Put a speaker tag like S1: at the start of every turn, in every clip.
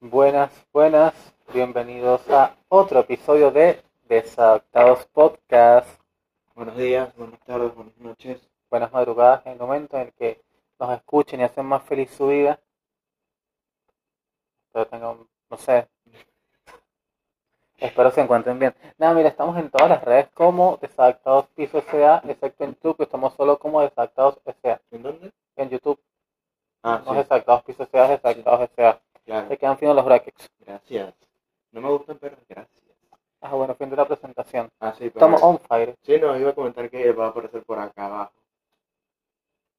S1: Buenas, buenas, bienvenidos a otro episodio de Desadaptados Podcast.
S2: Buenos días, buenas tardes, buenas noches.
S1: Buenas madrugadas, en el momento en el que nos escuchen y hacen más feliz su vida. Espero tengan, no sé. Espero se encuentren bien. Nada, mira, estamos en todas las redes como Desadaptados Piso S.A., excepto en YouTube, que estamos solo como Desadaptados S.A.
S2: ¿En dónde?
S1: En YouTube,
S2: Ah,
S1: no es
S2: sí,
S1: Desadaptados Piso S.A., es Desadaptados S.A.
S2: claro.
S1: Te quedan finos los brackets.
S2: Gracias. No me gustan perros, gracias.
S1: Ah, bueno, fin de la presentación.
S2: Ah, sí, pero...
S1: Estamos on fire.
S2: Sí, no, iba a comentar que va a aparecer por acá abajo.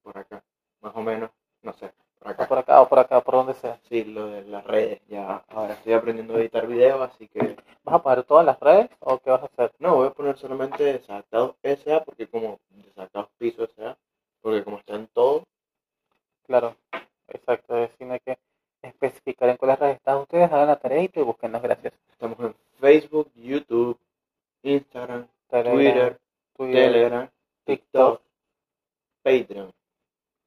S2: Por acá, más o menos, no sé, por
S1: O
S2: acá.
S1: por acá, o por acá, por donde sea.
S2: Sí, lo de las redes, ya ahora estoy aprendiendo a editar videos, así que...
S1: ¿Vas a poner todas las redes o qué vas a hacer?
S2: No, voy a poner solamente desadaptados SA, porque como desadaptados piso SA, porque como están todos,
S1: Claro, exacto. Es decir, no hay que especificar en cuáles redes están ustedes. Hagan la tarea y te busquen las gracias.
S2: estamos en Facebook, YouTube, Instagram,
S1: Telegram,
S2: Twitter,
S1: Twitter,
S2: Telegram,
S1: TikTok.
S2: TikTok, Patreon.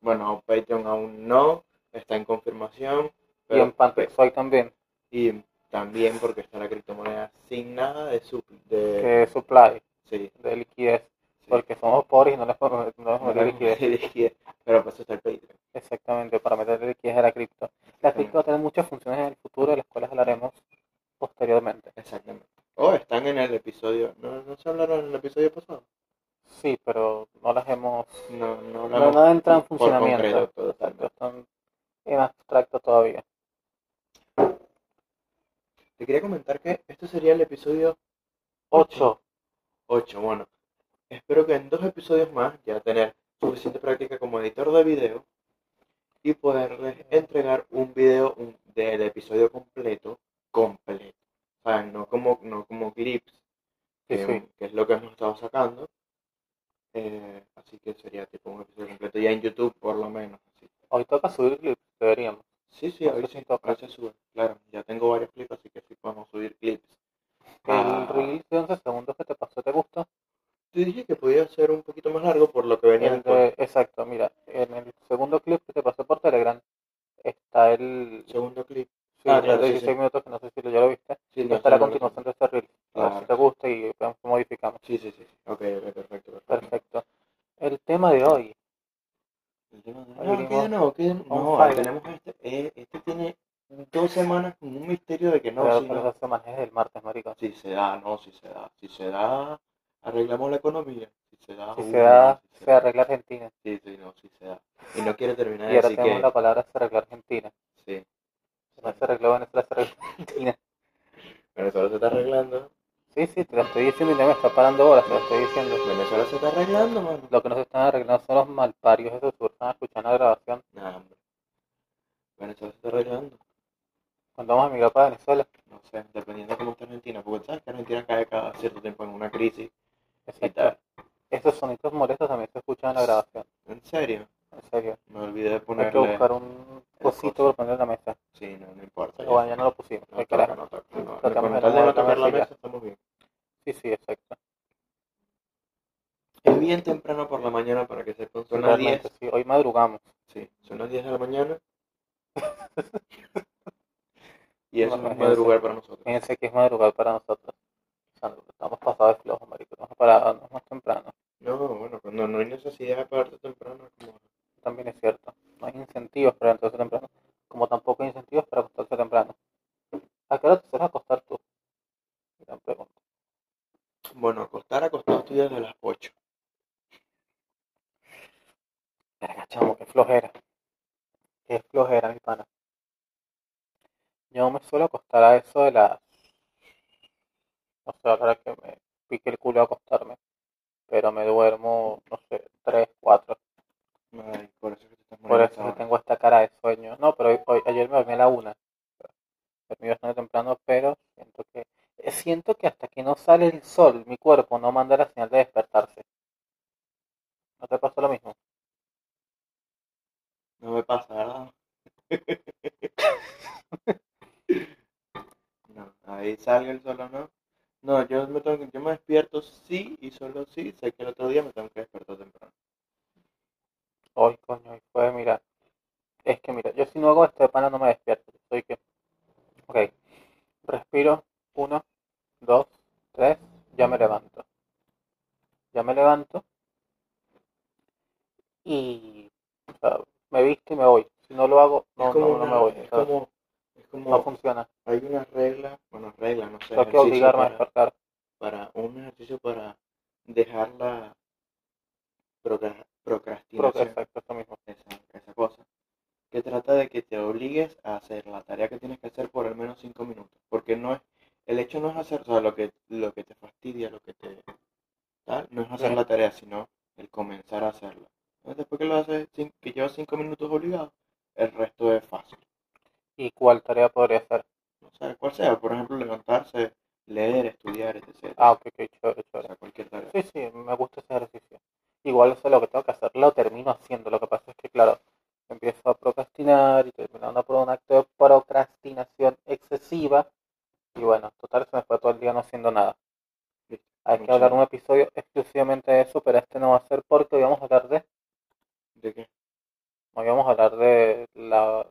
S2: Bueno, Patreon aún no, está en confirmación. pues,
S1: y en Pantoxoy también,
S2: y también porque está la criptomoneda sin nada de su... De,
S1: que es supply
S2: sí,
S1: de liquidez.
S2: sí.
S1: Porque somos pobres y no les podemos no les
S2: No
S1: podemos
S2: la
S1: meter liquidez.
S2: liquidez, Pero pasó hasta el Patreon.
S1: Exactamente, para meterle liquidez a la cripto. La cripto va a tener muchas funciones en el futuro, de las cuales hablaremos posteriormente.
S2: Exactamente. Oh, están en el episodio. ¿No, no se hablaron en el episodio pasado?
S1: Sí, pero no las hemos...
S2: No, no
S1: No,
S2: hablamos.
S1: no entra en
S2: por
S1: funcionamiento.
S2: concreto,
S1: Exacto,
S2: totalmente.
S1: están en abstracto todavía.
S2: Te quería comentar que este sería el episodio
S1: 8.
S2: 8, bueno. Espero que en dos episodios más ya tener suficiente práctica como editor de video y poderles entregar un video un- del episodio completo, completo. O sea, no como, no como clips,
S1: Sí,
S2: que,
S1: sí.
S2: que es lo que hemos estado sacando. Eh, así que sería tipo un episodio completo ya en YouTube por lo menos. así.
S1: Hoy toca subir clips, deberíamos.
S2: Sí, sí,
S1: Eso
S2: ahorita
S1: sí
S2: sí,
S1: toca.
S2: ahorita se sube. Claro, ya tengo varios clips, así que sí podemos subir clips. Ah.
S1: El reel de 11 segundos que te pasó, ¿te gustó?
S2: Te dije que podía ser un poquito más largo por lo que venía
S1: El de-
S2: después.
S1: exacto, mira, en el segundo clip que te pasó por Telegram está el,
S2: Segundo clip.
S1: sí,
S2: Ah,
S1: el
S2: claro,
S1: de
S2: sí,
S1: 16
S2: sí.
S1: minutos que no sé si lo, ya lo viste.
S2: Sí,
S1: está la
S2: sí,
S1: continuación de este reel. A ver
S2: Claro.
S1: si te gusta y vemos cómo modificamos.
S2: Sí, sí, sí. Ok, ok, perfecto, perfecto.
S1: Perfecto. El tema de hoy,
S2: El tema de-
S1: Ahí
S2: No,
S1: venimos.
S2: aquí de nuevo, aquí de nuevo.
S1: On
S2: No,
S1: fire.
S2: tenemos este. eh, este tiene dos semanas con un misterio de que no,
S1: pero
S2: si
S1: para
S2: no.
S1: las semanas es el martes, marico.
S2: Si se da, no, si se da. Si se da, arreglamos la economía. Si se da,
S1: Si
S2: uh,
S1: se da,
S2: no, si
S1: se arregla Argentina.
S2: Sí, sí, no, si se da. Y no quiere terminar
S1: Y
S2: de
S1: ahora
S2: decir
S1: tenemos
S2: Ah, que.
S1: la palabra se arregla Argentina.
S2: Sí.
S1: No se arregló Venezuela, se arregló Argentina.
S2: Venezuela se está arreglando.
S1: Sí, sí, te lo estoy diciendo y ya me está parando horas, te lo estoy diciendo.
S2: Venezuela se está arreglando, mano.
S1: Lo que nos están arreglando son los malparios esos que están escuchando la grabación.
S2: Nah, hombre. Venezuela se está arreglando.
S1: Cuando vamos a migrar para Venezuela.
S2: No sé, dependiendo de cómo está Argentina. Porque sabes que Argentina cae cada cierto tiempo en una crisis y
S1: Exacto.
S2: tal.
S1: Esos sonidos molestos también se escuchan en la grabación.
S2: ¿En serio?
S1: En serio.
S2: Me olvidé de
S1: Hay que
S2: ponerle.
S1: buscar un cosito para poner en la mesa.
S2: Sí, no, no importa. ya.
S1: O ya no lo pusimos.
S2: No
S1: Hay que
S2: toca,
S1: dejar.
S2: no toca. No,
S1: Tratamos de
S2: con
S1: no
S2: tal de no
S1: mover la
S2: tocar la
S1: mesilla.
S2: mesa, estamos bien.
S1: Sí, sí, exacto.
S2: Es bien temprano por la mañana para que se Son las 10.
S1: Realmente, sí. Hoy madrugamos.
S2: Sí, son las 10 de la mañana. y eso
S1: No,
S2: es
S1: no,
S2: madrugar para nosotros.
S1: Fíjense que es madrugar para nosotros. O sea, estamos pasados de flojo, marico. Nos paramos más temprano.
S2: No, bueno, cuando no hay necesidad de pararte temprano, como.
S1: También es cierto. No hay incentivos para levantarse temprano. Como tampoco hay incentivos para acostarse temprano. ¿A qué hora te sueles acostar tú? Gran pregunta.
S2: Bueno, acostar, acostar, estoy desde las 8.
S1: Verga, chamo, qué flojera. Qué flojera, mi pana. Yo me suelo acostar a eso de las... No sé, a la hora que me pique el culo a acostarme. Pero me duermo, no sé, 3, 4.
S2: Ay, por eso que te estás
S1: Por
S2: muriendo.
S1: eso que tengo esta cara de sueño. No, pero hoy, hoy- ayer me dormí a la 1. Dormí bastante temprano, pero siento que... eh, Siento que hasta que no sale el sol, mi cuerpo no manda la señal de despertarse. ¿No te pasó lo mismo?
S2: No me pasa, ¿verdad? no, ahí salga el sol o no. No, yo me, tengo que- yo me despierto sí y solo sí. Sé que el otro día me tengo que despertar temprano.
S1: Hoy, coño, hoy fue, mira. Es que mira, yo si no hago esto de pana no me despierto. Soy que
S2: es
S1: Claro.
S2: como, es
S1: No
S2: como
S1: funciona.
S2: hay una regla, bueno, regla, no sé,
S1: Tengo que
S2: ejercicio
S1: obligarme a
S2: para-
S1: despertar.
S2: para un ejercicio para dejar la procra-
S1: Creo que
S2: procrastinación,
S1: exacto, eso mismo.
S2: esa, esa cosa, que trata de que te obligues a hacer la tarea que tienes que hacer por al menos cinco minutos, porque no es, el hecho no es hacer, o sea, lo que, lo que te fastidia, lo que te tal, no es hacer
S1: Ujú.
S2: la tarea, sino el comenzar a hacerla. Entonces, después que lo haces, cin- que llevas cinco minutos obligado, el resto es fácil.
S1: ¿Y cuál tarea podría hacer?
S2: O sea, cual sea, por ejemplo, levantarse, leer, estudiar, etc.
S1: Ah, ok, ok, chévere,
S2: O
S1: chévere.
S2: sea, cualquier tarea.
S1: Sí, sí, me gusta ese ejercicio. Igual eso es lo que tengo que hacer, lo termino haciendo. Lo que pasa es que, claro, empiezo a procrastinar y terminando por un acto de procrastinación excesiva. Y bueno, total, se me fue todo el día no haciendo nada.
S2: Listo,
S1: Hay que
S2: mucho
S1: hablar
S2: más.
S1: un episodio exclusivamente de eso, pero este no va a ser porque hoy vamos a hablar de.
S2: ¿De qué?
S1: Hoy vamos a hablar de la.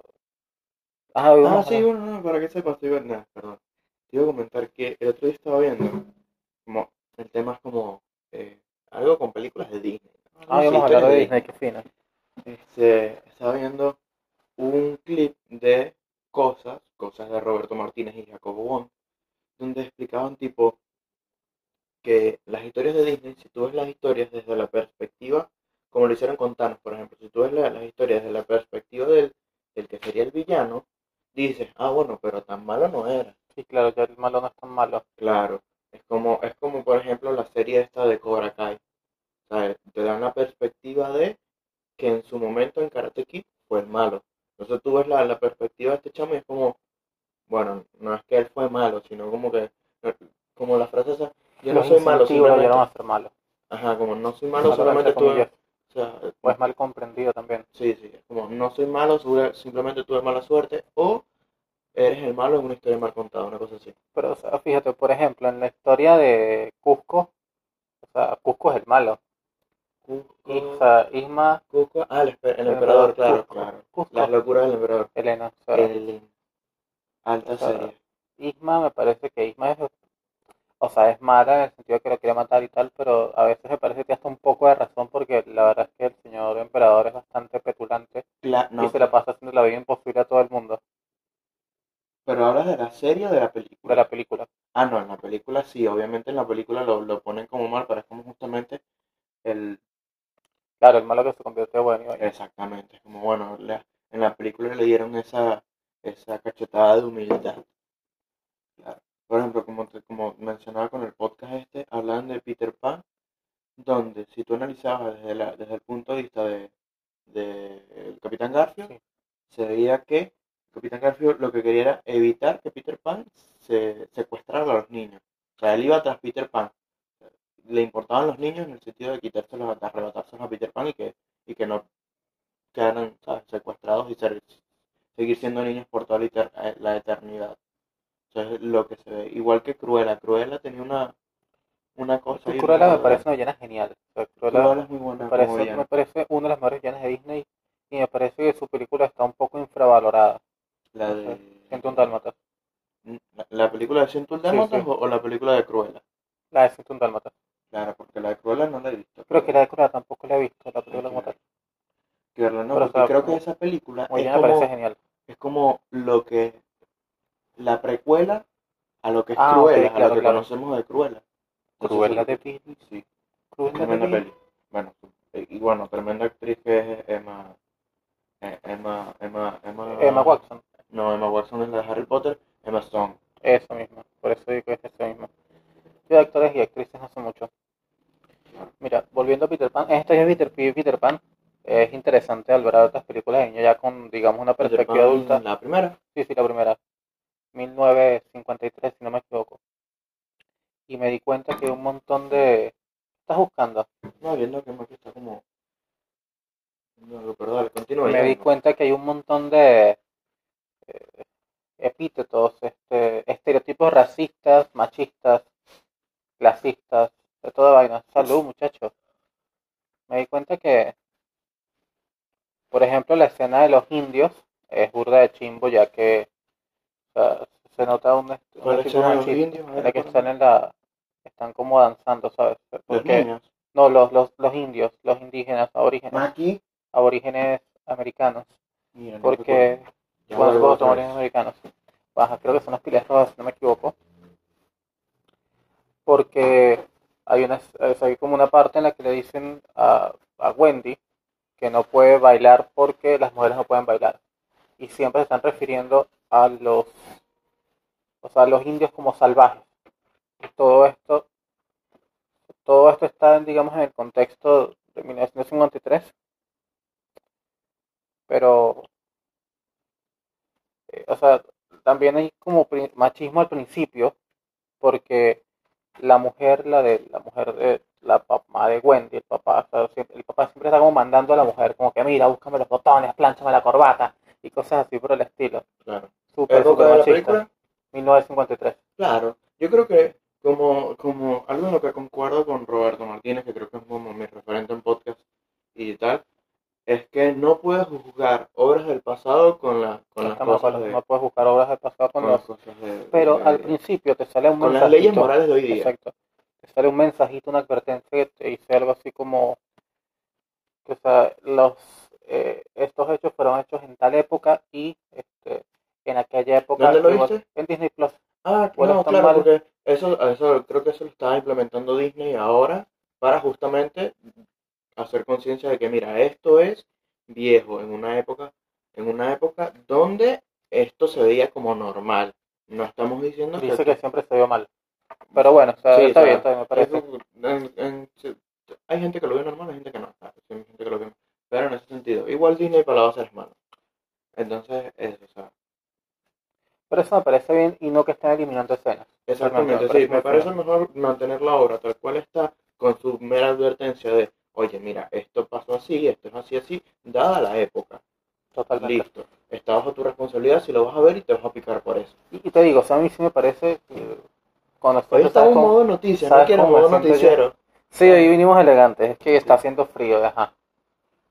S1: Ah, hoy
S2: Ah,
S1: vamos a
S2: sí,
S1: hablar-
S2: bueno, no, para que sepas, estoy ver- nada, perdón. Te iba a comentar que el otro día estaba viendo como el tema es como eh, algo con películas de Disney. ¿no?
S1: Ah, hoy vamos
S2: Sí,
S1: a
S2: historias
S1: hablar de Disney, qué fino.
S2: Este, estaba viendo un clip de Cosas, Cosas de Roberto Martínez y Jacobo Wong, donde explicaban tipo que las historias de Disney, si tú ves las historias desde la perspectiva, como lo hicieron con Thanos, por ejemplo, si tú ves la- las historias desde la perspectiva del, del que sería el villano, dices, ah, bueno, pero tan malo no era.
S1: Sí, claro, ya el malo no es tan malo.
S2: Claro, es como, es como por ejemplo la serie esta de Cobra Kai. O sea, te dan la perspectiva de que en su momento en Karate Kid fue el malo. Entonces tú ves la, la perspectiva de este chamo y es como, bueno, no es que él fue malo, sino como que, como la frase esa, yo no
S1: Los
S2: soy malo,
S1: incentivos lo llevan
S2: simplemente,
S1: a ser malo.
S2: ajá, como no soy
S1: Malo,
S2: malo,
S1: entre
S2: solamente eh. tuve,
S1: comillas.
S2: o sea,
S1: O es mal comprendido también.
S2: sí, sí, es como no soy malo, sube- simplemente tuve mala suerte, o eres el malo en una historia mal contada, una cosa así.
S1: Pero, o sea, fíjate, por ejemplo, en la historia de Cusco, o sea, Cusco es el malo. Y, o sea, Isma,
S2: Cusco, ah, el, espe- Mm. el
S1: El
S2: emperador,
S1: emperador,
S2: claro,
S1: Cusco,
S2: claro. Eh.
S1: Cusco.
S2: Las locuras del emperador.
S1: Elena, o sea,
S2: El, alta
S1: O sea,
S2: serie.
S1: Isma me parece que Isma es, o sea, es mala en el sentido que lo quiere matar y tal, pero a veces me parece que hasta un poco de razón porque la verdad es que el señor emperador es bastante petulante
S2: Cla- no,
S1: y se la pasa haciendo la vida imposible a todo el mundo
S2: pero hablas de la serie o de la
S1: de
S2: película.
S1: la película.
S2: Ah, no, en la película sí, obviamente en la película lo, lo ponen como mal, pero es como justamente el...
S1: Claro, el malo que se convierte en bueno. y bueno.
S2: Exactamente, es como bueno, la- en la película le dieron esa, esa cachetada de humildad. Claro. Por ejemplo, como, te- como mencionaba con el podcast este, hablaban de Peter Pan, donde si tú analizabas desde, la, desde el punto de vista de, de el Capitán Garfield,
S1: Sí.
S2: se veía que Capitán Garfield lo que quería era evitar que Peter Pan se secuestrara a los niños. O sea, él iba tras Peter Pan. Le importaban los niños en el sentido de quitárselos, de arrebatárselos a Peter Pan y que, y que no quedaran ¿sabes? secuestrados y ser- seguir siendo niños por toda la, eter- eh, la eternidad. Entonces, lo que se ve, igual que Cruella, Cruella tenía una, una cosa
S1: Que
S2: ahí,
S1: Cruella
S2: una-
S1: me parece una villana genial. O sea, Cruella
S2: Cruella es muy buena
S1: me
S2: como
S1: parece,
S2: villana.
S1: me parece una de las mejores villanas de Disney y me parece que su película está un poco infravalorada.
S2: La
S1: no
S2: de...
S1: Siento un dálmata.
S2: ¿La, la película de 101 Dálmatas
S1: sí.
S2: o, o la película de Cruella?
S1: La de Siento un dálmata.
S2: Claro, porque la de Cruella no la he visto.
S1: Creo que la de Cruella tampoco la he visto, la película como tal.
S2: Que verla, no,
S1: Pero, o
S2: porque
S1: sea,
S2: creo que
S1: como-
S2: esa película
S1: Muy
S2: es
S1: bien, me parece
S2: como,
S1: genial.
S2: es como lo que... La precuela a lo que es
S1: Ah, ok,
S2: Cruella, a
S1: claro,
S2: lo que
S1: claro.
S2: conocemos de Cruella. Entonces,
S1: Cruella
S2: eso-
S1: de Vil.
S2: Sí,
S1: Cruella de
S2: tremenda
S1: Vil.
S2: peli. Bueno, eh, y bueno, tremenda actriz que es Emma... eh, Emma... Emma... Emma...
S1: Emma Watson.
S2: No, Emma Watson es la de Harry Potter. Emma Stone.
S1: Eso mismo. Por eso digo que es eso mismo. Yo de actores y actrices no sé mucho. Mira, volviendo a Peter Pan. Esta es Peter, P- Peter Pan. Es interesante al ver otras películas de niño ya con, digamos, una
S2: Peter
S1: perspectiva
S2: Pan,
S1: adulta.
S2: La primera.
S1: Sí, sí, la primera. 1953, si no me equivoco. Y me di cuenta que un montón de... ¿Estás buscando?
S2: No, viendo que Maki está como... No, pero dale, continúa.
S1: me di
S2: Jan.
S1: cuenta que hay un montón de eh, epítetos, este, estereotipos racistas, machistas, clasistas, de toda vaina. Salud, muchachos. Me di cuenta que, por ejemplo, la escena de los indios es burda de chimbo, ya que o sea, se nota un, est- un
S2: ¿Cuál es
S1: estereotipo
S2: la de los
S1: machista
S2: indios? A
S1: en
S2: ver,
S1: la que
S2: ¿cuál?
S1: salen la, están como danzando, ¿sabes?
S2: Los
S1: Porque,
S2: niños.
S1: no, los, los, los indios, los indígenas, aborígenes,
S2: Maki.
S1: aborígenes americanos.
S2: Mira, no
S1: Porque
S2: recuerdo. Ya
S1: Bueno,
S2: vuelvo
S1: los
S2: otra
S1: automóviles
S2: vez.
S1: americanos. Baja, creo que son las pilas rojas, si no me equivoco. Porque hay, una, hay como una parte en la que le dicen a, a Wendy que no puede bailar porque las mujeres no pueden bailar. Y siempre se están refiriendo a los, o sea, a los indios como salvajes. Todo esto, todo esto está, digamos, en el contexto de 1953. Pero eh, o sea, también hay como pri- machismo al principio, porque la mujer, la de la mujer de la mamá de Wendy, el papá, o sea, siempre- el papá siempre está como mandando a la mujer, como que mira, búscame los botones, planchame la corbata y cosas así por el estilo.
S2: Claro.
S1: Súper,
S2: ¿Época
S1: súper
S2: de la
S1: machista.
S2: película?
S1: 1953.
S2: Claro. Yo creo que como, como algo en lo que concuerdo con Roberto Martínez, que creo que es como mi referente en podcast y tal, es que no puedes juzgar obras del pasado con, la, con las
S1: Estamos
S2: cosas
S1: hablando,
S2: de...
S1: no puedes buscar obras del pasado con
S2: con las
S1: los-
S2: cosas de-
S1: Pero
S2: de-
S1: al principio te sale un
S2: con las leyes
S1: mensajito.
S2: morales de hoy día.
S1: Exacto. Te sale un mensajito, una advertencia que te dice algo así como que o sea, los eh, estos hechos fueron hechos en tal época y este en aquella época
S2: ¿Dónde lo
S1: igual-
S2: viste?
S1: en Disney Plus.
S2: Ah,
S1: Bueno,
S2: no,
S1: está
S2: claro,
S1: mal.
S2: porque eso, eso creo que eso lo está implementando Disney ahora para justamente hacer conciencia de que mira, esto es viejo en una época, en una época donde esto se veía como normal. No estamos diciendo que,
S1: Dice que siempre se vio mal. Pero bueno, o sea,
S2: Sí,
S1: está
S2: o sea,
S1: bien, está bien, me parece.
S2: eso- en- en- sí, hay gente que lo ve normal, hay gente que no, claro, sí, hay gente que lo ve mal. Pero en ese sentido, igual Disney para las manos. Entonces, eso, o sea,
S1: Pero eso me parece bien y no que estén eliminando escenas.
S2: Exactamente,
S1: Exactamente,
S2: sí, me
S1: me
S2: parece
S1: parece
S2: mejor mantener la obra tal cual está, con su mera advertencia de, oye, mira, esto pasó así, esto es así, así, dada la época.
S1: Totalmente.
S2: Listo, está bajo tu responsabilidad si lo vas a ver y te vas a picar por eso.
S1: Y, y te digo, o sea, a mí sí me parece que cuando
S2: Hoy
S1: tú
S2: estamos
S1: sabes
S2: en
S1: cómo-
S2: modo noticias, no
S1: sabes
S2: quiero
S1: cómo me
S2: modo
S1: siento yo?
S2: noticiero.
S1: Sí, hoy vinimos elegantes, es que está haciendo frío, ajá.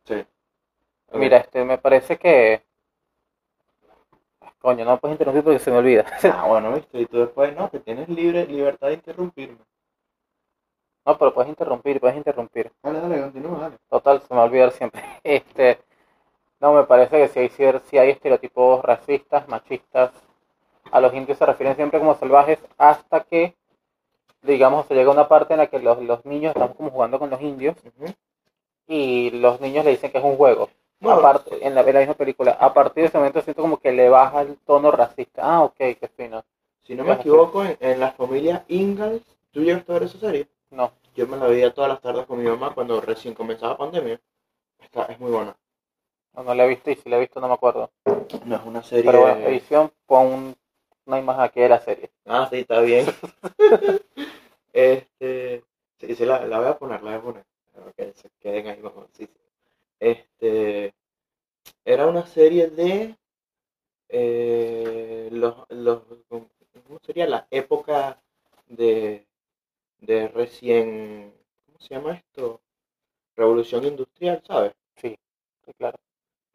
S2: Sí. Ok.
S1: Mira, este, me parece que... Coño, no puedes interrumpir porque se me olvida.
S2: Ah, bueno, viste, y tú después, no, que tienes libre libertad de interrumpirme.
S1: No, pero puedes interrumpir, puedes interrumpir.
S2: Dale, dale, continúa, dale.
S1: Total, se me va a olvidar siempre. Este, no, me parece que si hay, cier- sí hay estereotipos racistas, machistas, a los indios se refieren siempre como salvajes hasta que, digamos, se llega a una parte en la que los, los niños están como jugando con los indios
S2: Ujú.
S1: y los niños le dicen que es un juego.
S2: Bueno,
S1: Aparte, en la, en la misma película, a partir de ese momento siento como que le baja el tono racista. Ah, ok, que fino.
S2: si no me equivoco, en, en la familia Ingalls, ¿tú llegaste a ver esa serie?
S1: No,
S2: Yo me la veía todas las tardes con mi mamá cuando recién comenzaba pandemia. Está, es muy buena.
S1: no, no la he visto y si la he visto no me acuerdo.
S2: No es una serie.
S1: Pero bueno, edición, pon un- una imagen aquí de la serie.
S2: Ah, sí, está bien. este. Sí, sí, la, la voy a poner, la voy a poner. Para Que se queden ahí, vamos. sí, sí. Este. Era una serie de. eh, los, los, ¿Cómo sería la época de. de recién. ¿Cómo se llama esto? Revolución industrial, ¿sabes?
S1: Sí, claro.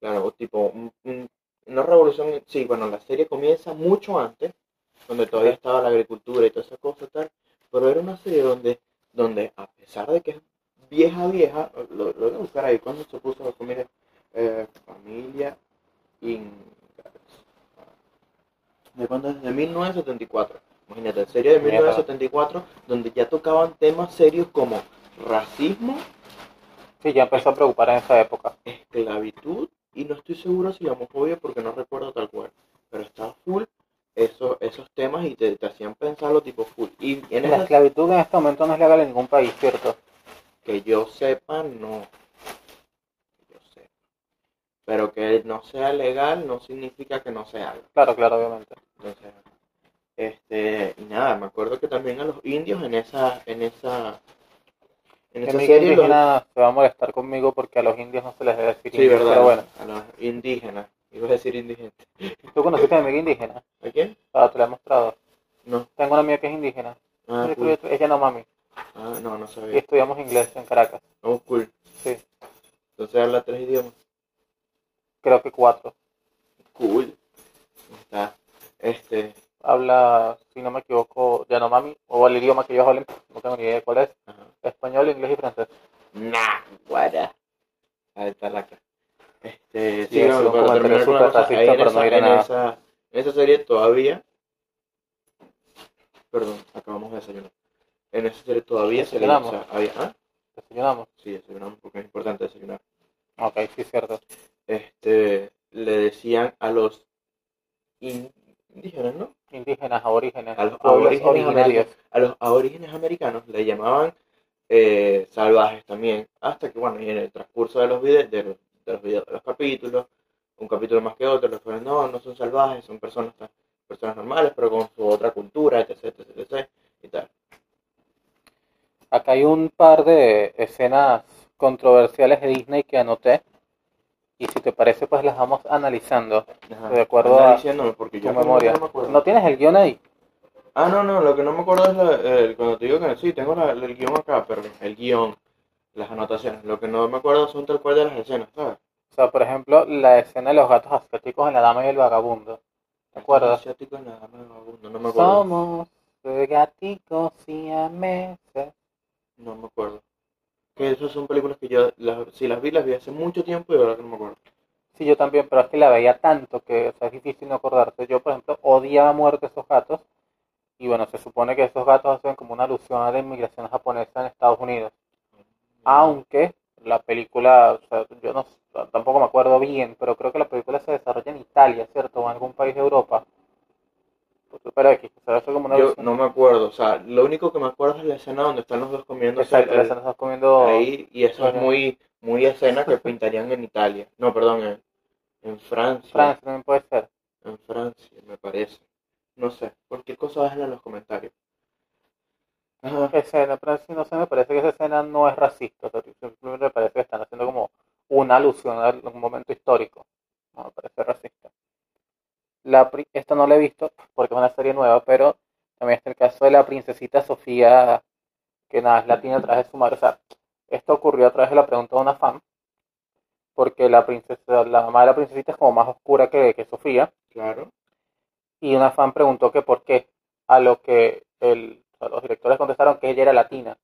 S2: Claro, tipo, un- un- no revolución, sí, bueno, la serie comienza mucho antes, donde todavía
S1: Ajá.
S2: estaba la agricultura y toda esa cosa tal, pero era una serie donde, donde a pesar de que es vieja, vieja, lo, lo voy a buscar ahí, cuando se puso la familia, eh, familia Ingalls. ¿De cuándo es? De 1974. Imagínate, serie de
S1: Mierda.
S2: 1974, donde ya tocaban temas serios como racismo,
S1: Sí, ya empezó a preocupar en esa época.
S2: esclavitud y no estoy seguro si la homofobia porque no recuerdo tal cual, pero estaba full esos, esos temas y te, te hacían pensarlo tipo full. Y en
S1: La
S2: esas
S1: esclavitud en este momento no es legal en ningún país, ¿cierto?
S2: que yo sepa, no. Que yo sepa. Pero que no sea legal no significa que no se haga.
S1: Claro, claro, obviamente.
S2: Entonces, este, y nada, me acuerdo que también a los indios en esa, en esa, en
S1: Que
S2: esa
S1: mi
S2: serie los-
S1: indígena se va a molestar conmigo porque a los indios no se les debe decir
S2: sí,
S1: indios,
S2: verdad,
S1: Pero bueno,
S2: a los indígenas, iba a decir indigente.
S1: ¿tú conociste a mi amiga indígena?
S2: ¿A quién?
S1: Ah, te la he mostrado.
S2: No.
S1: Tengo una amiga que es indígena.
S2: Ah,
S1: Yo
S2: cool.
S1: estudié- Ella no mami.
S2: Ah, no, no sabía.
S1: Y estudiamos inglés en Caracas.
S2: Oh, cool.
S1: Sí.
S2: Entonces habla tres idiomas.
S1: Creo que cuatro.
S2: Cool. Está. Este.
S1: Habla, si no me equivoco, Yanomami, o el idioma que ellos hablan, no tengo ni idea de cuál es,
S2: Ajá.
S1: español, inglés y francés.
S2: Nah, guara. Ahí está la cara. Este.
S1: Y Sí, es un
S2: para
S1: comentario
S2: terminar con
S1: súper
S2: una cosa,
S1: racista,
S2: ahí en
S1: pero no
S2: esa-
S1: diré
S2: en
S1: nada.
S2: esa- en esa serie todavía. Perdón, acabamos de desayunar. En esa serie todavía se le
S1: Desayunamos.
S2: usa- había- ¿ah?
S1: Desayunamos.
S2: Sí, desayunamos porque es importante desayunar.
S1: Ok, sí, cierto.
S2: Este, le decían a los in- indígenas, ¿no?
S1: Indígenas, aborígenes,
S2: A los
S1: pueblos
S2: aborígenes
S1: originarios.
S2: A los aborígenes americanos le llamaban eh, salvajes también. Hasta que, bueno, y en el transcurso de los videos, de los, de los videos, de los capítulos, un capítulo más que otro, les fueron, no, no son salvajes, son personas, tan- personas normales, pero con su otra cultura, etc, etc, etc, y tal.
S1: Acá hay un par de escenas controversiales de Disney que anoté. Y si te parece, pues las vamos analizando.
S2: Ajá.
S1: De acuerdo
S2: Anda
S1: a
S2: diciéndome, porque
S1: Tu
S2: yo
S1: memoria.
S2: No me acuerdo.
S1: ¿No tienes el guión ahí?
S2: Ah, no, no, lo que no me acuerdo es la- el- cuando te digo que sí, tengo la- el guión acá, pero el guión, las anotaciones. Lo que no me acuerdo son tal cual de las escenas, ¿sabes?
S1: O sea, por ejemplo, la escena de los gatos asiáticos en La Dama y el Vagabundo. ¿Te acuerdas?
S2: Asiático en la dama de vagabundo, no me acuerdo.
S1: Somos eh, gaticos siameses.
S2: No me acuerdo. Que esas son películas que yo, las, si las vi, las vi hace mucho tiempo y ahora que no me acuerdo.
S1: Sí, yo también, pero es que la veía tanto que o sea, es difícil no acordarte. Yo, por ejemplo, odiaba a muerte esos gatos. Y bueno, se supone que esos gatos hacen como una alusión a la inmigración japonesa en Estados Unidos.
S2: Mm.
S1: Aunque la película, o sea, yo no s- tampoco me acuerdo bien, pero creo que la película se desarrolla en Italia, ¿cierto? O en algún país de Europa. Porque, Pero aquí, o sea, eso como una
S2: Yo
S1: alusión.
S2: no me acuerdo, o sea, lo único que me acuerdo es la escena donde están los dos comiendo
S1: Exacto, la escena estás comiendo
S2: ahí y eso
S1: Ajá.
S2: es muy, muy escena que pintarían en Italia. No, perdón, en, en Francia.
S1: Francia, también puede ser.
S2: En Francia, me parece. No sé, cualquier cosa déjenla en los comentarios. Ajá.
S1: Escena, pero sí, no sé, me parece que esa escena no es racista, o sea, simplemente me parece que están haciendo como una alusión a un momento histórico. No me parece racista. La, pri- esta no la he visto porque es una serie nueva, pero también está el caso de la princesita Sofía, que nada, es latina a través de su madre. O sea, esto ocurrió a través de la pregunta de una fan, porque la princesa, la mamá de la princesita es como más oscura que, que Sofía,
S2: Claro.
S1: y una fan preguntó que por qué, a lo que el- a los directores contestaron que ella era latina,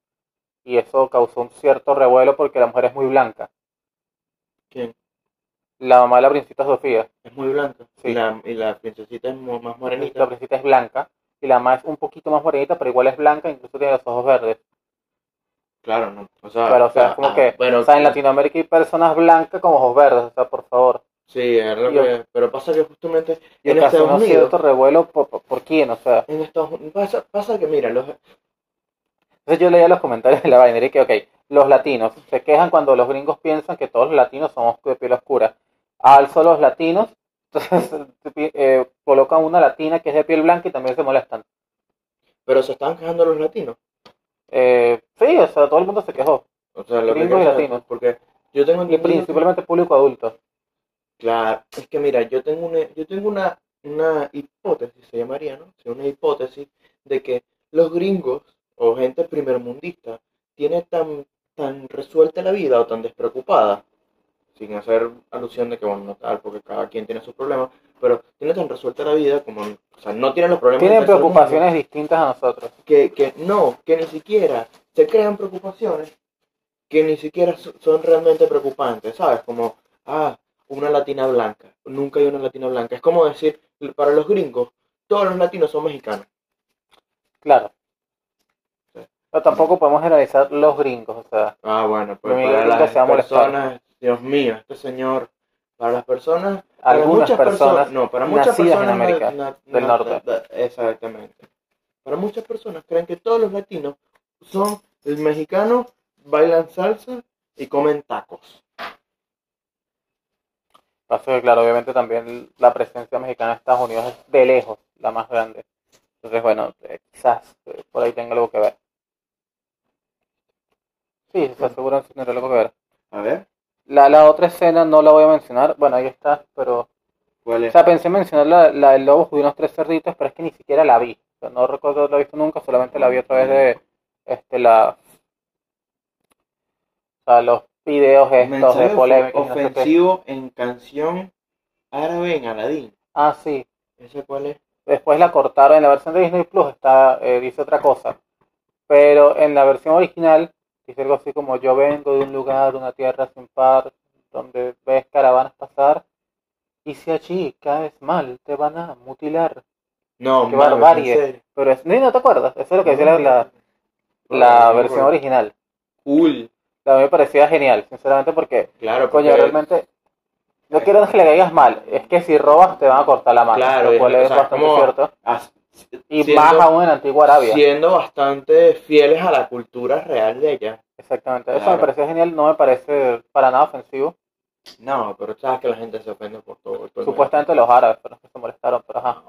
S1: y eso causó un cierto revuelo porque la mujer es muy blanca.
S2: ¿Quién?
S1: La mamá de la princesita Sofía,
S2: Es muy blanca.
S1: Sí.
S2: Y, la, y la princesita es mo- más
S1: la
S2: morenita.
S1: princesita es blanca, y la mamá es un poquito más morenita, pero igual es blanca, incluso tiene los ojos verdes.
S2: Claro, no. O sea,
S1: Pero, o sea, es como
S2: ah,
S1: que,
S2: bueno,
S1: o sea, en Latinoamérica hay personas blancas con ojos verdes, o sea, por favor.
S2: Sí, es lo
S1: Yo-
S2: que- pero pasa que justamente
S1: Y
S2: en
S1: el caso no
S2: Estados
S1: ha
S2: Unidos,
S1: cierto revuelo, ¿por, por, por quién? O sea,
S2: en Estados Unidos pasa, pasa que mira, los
S1: entonces yo leía los comentarios de la vaina y que, ok, los latinos se quejan cuando los gringos piensan que todos los latinos somos de piel oscura. Alzo los latinos, entonces eh, colocan una latina que es de piel blanca y también se molestan.
S2: pero se están quejando los latinos.
S1: Eh, sí, o sea, todo el mundo se quejó,
S2: O sea, lo que
S1: Gringos y
S2: quiero saber,
S1: latinos.
S2: porque yo tengo
S1: y
S2: entendido que-
S1: principalmente público adulto.
S2: Claro, es que mira, yo tengo una, yo tengo una, una hipótesis, se llamaría, ¿no? Sí, una hipótesis de que los gringos o gente primermundista tiene tan, tan resuelta la vida o tan despreocupada, sin hacer alusión de que, bueno, no tal, porque cada quien tiene sus problemas, pero tiene tan resuelta la vida como, o sea, no tienen los problemas
S1: Tienen
S2: del tercer mundo,
S1: preocupaciones distintas a nosotros.
S2: que, que no, que ni siquiera se crean preocupaciones que ni siquiera so- son realmente preocupantes, ¿sabes? Como, ah, una latina blanca, nunca hay una latina blanca. Es como decir, para los gringos, todos los latinos son mexicanos.
S1: Claro.
S2: Sí.
S1: Pero tampoco podemos generalizar los gringos, o sea,
S2: Ah, bueno, pues
S1: Mi
S2: para
S1: gringo
S2: las
S1: se va a molestar.
S2: personas, Dios mío, este señor, para las personas, para
S1: algunas
S2: muchas
S1: personas
S2: no, para muchas
S1: nacidas en
S2: personas na-
S1: América
S2: na-
S1: del
S2: na-
S1: Norte.
S2: na- exactamente. Para muchas personas creen que todos los latinos son el mexicano, bailan salsa y comen tacos.
S1: Pasa que, claro, obviamente también la presencia mexicana en Estados Unidos es de lejos la más grande. Entonces, bueno, eh, quizás eh, por ahí tenga algo que ver. Sí, se seguro que tendrá algo que ver.
S2: A ver,
S1: La, la otra escena no la voy a mencionar. Bueno, ahí está, pero...
S2: ¿cuál
S1: O
S2: es?
S1: sea, pensé en mencionar la, la del lobo de unos tres cerditos, pero es que ni siquiera la vi. O sea, no recuerdo haberla visto nunca, solamente la vi a través de este, la... O sea, los videos estos de
S2: Mensaje
S1: polémica. y no sé qué.
S2: ofensivo en canción árabe en Aladín.
S1: Ah, sí.
S2: ¿Ese cuál es?
S1: Después la cortaron en la versión de Disney Plus, está, eh, dice otra cosa. Pero en la versión original dice algo así como yo vengo de un lugar, una tierra sin par, donde ves caravanas pasar Y si allí caes mal, te van a mutilar.
S2: No,
S1: Qué
S2: mano,
S1: barbarie.
S2: en serio.
S1: Pero es, ni no te acuerdas, eso es lo que decía la, la-
S2: No,
S1: la
S2: no me
S1: versión
S2: acuerdo.
S1: original.
S2: Cool.
S1: A mí me parecía genial, sinceramente, porque,
S2: Claro, porque eh,
S1: coño, realmente. No quiero que le caigas mal, es que si robas te van a cortar la mano,
S2: Claro,
S1: lo cual
S2: es- o
S1: es
S2: sea,
S1: bastante
S2: como-
S1: cierto.
S2: as-
S1: Y
S2: siendo-
S1: más aún en la antigua Arabia.
S2: siendo bastante fieles a la cultura real de ella.
S1: Exactamente, eso
S2: Claro. Pues
S1: me pareció genial, no me parece para nada ofensivo.
S2: No, pero sabes que la gente se ofende por todo. todo el mundo.
S1: Supuestamente los árabes fueron los que se molestaron, pero ajá.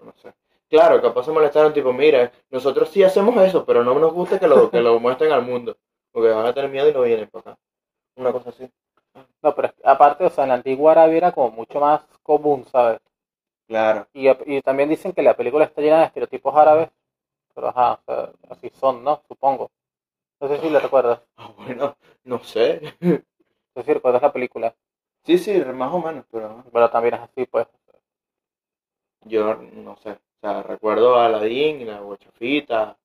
S2: No sé. Claro, capaz se molestaron, tipo, mira, nosotros sí hacemos eso, pero no nos gusta que lo, que lo muestren al mundo. Porque van a tener miedo y no vienen para acá. Una cosa así.
S1: No, pero es- aparte, o sea, en la antigua Arabia era como mucho más común, ¿sabes?
S2: Claro.
S1: Y, y también dicen que la película está llena de estereotipos árabes, pero ajá, o sea, así son, ¿no? Supongo. No sé si lo recuerdas,
S2: Ah, bueno, no sé.
S1: no sé si recuerdas la película,
S2: Sí, sí, más o menos, pero
S1: pero también es así, pues.
S2: yo no sé. O sea, recuerdo a Aladdin y la guachafita.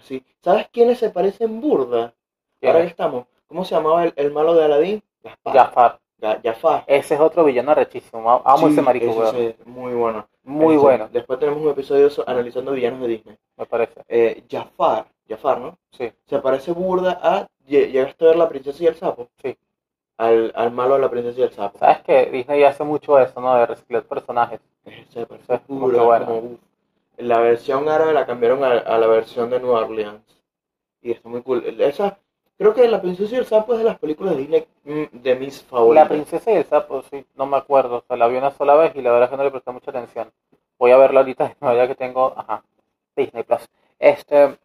S2: Sí. ¿Sabes quiénes se parecen burda?
S1: ¿Quién
S2: Ahora que
S1: es?
S2: estamos. ¿Cómo se llamaba el, el malo de Aladdin? Gaspar.
S1: Jafar.
S2: Ga- Jafar.
S1: Ese es otro villano rechísimo, amo
S2: Sí,
S1: ese marico,
S2: ese
S1: weón.
S2: sí, Muy bueno.
S1: Muy
S2: Ese-
S1: bueno,
S2: Después tenemos un episodio so- analizando villanos de Disney.
S1: me parece.
S2: eh, Jafar, Jafar, ¿no?
S1: Sí.
S2: Se parece burda a. lle- ¿Llegaste a ver la princesa y el sapo?
S1: Sí.
S2: Al, al malo de la princesa y el sapo.
S1: ¿Sabes que Disney hace mucho eso, ¿no? De reciclar personajes.
S2: Se
S1: Eso es
S2: parece
S1: muy
S2: burda,
S1: bueno.
S2: como, uf. La versión árabe la cambiaron a, a la versión de Nueva Orleans. Y está muy cool. Esa, creo que la princesa y el sapo es de las películas de Disney mm, de mis favoritas.
S1: La princesa y el sapo, sí, no me acuerdo. O sea, la vi una sola vez y la verdad es que no le presté mucha atención. Voy a verla ahorita, ya que tengo, ajá, Disney Plus. Este,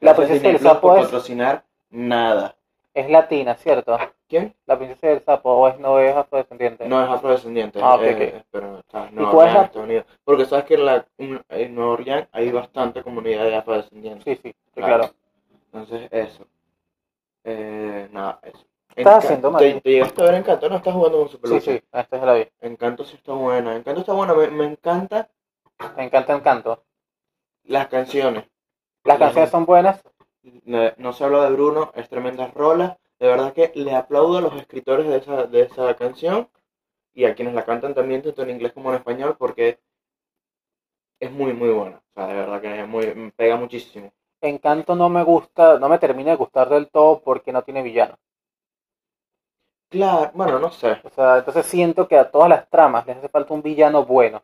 S1: la princesa y el
S2: Disney Plus
S1: sapo
S2: por
S1: es,
S2: patrocinar nada.
S1: es latina, ¿cierto?
S2: ¿Quién?
S1: La princesa y el sapo, o es no es afrodescendiente.
S2: No es afrodescendiente,
S1: Ah, ok,
S2: eh,
S1: ok.
S2: pero está en
S1: ¿Y
S2: Nueva
S1: cuál es
S2: Orleans,
S1: la-
S2: Estados Unidos. Porque sabes que en, la, en Nueva Orleans hay bastante comunidad de afrodescendientes.
S1: Sí, sí, sí,
S2: Claro.
S1: claro.
S2: Entonces, eso. Eh, nada, eso.
S1: Estaba
S2: Enca-
S1: haciendo mal.
S2: ¿Te, te llegaste a ver Encanto? No, estás jugando con su
S1: Sí,
S2: peluche.
S1: sí, esta es la vi.
S2: Encanto sí está buena. Encanto está buena. Me, me encantan
S1: Me encanta Encanto.
S2: las canciones.
S1: Las
S2: Las-
S1: canciones son buenas.
S2: No, no se habla de Bruno, es tremenda rola. De verdad que le aplaudo a los escritores de esa, de esa canción y a quienes la cantan también, tanto en inglés como en español, porque es muy, muy buena. O sea, de verdad que es muy, pega muchísimo.
S1: Encanto no me gusta, no me termina de gustar del todo porque no tiene villano.
S2: Claro, bueno, no sé.
S1: O sea, entonces siento que a todas las tramas les hace falta un villano bueno.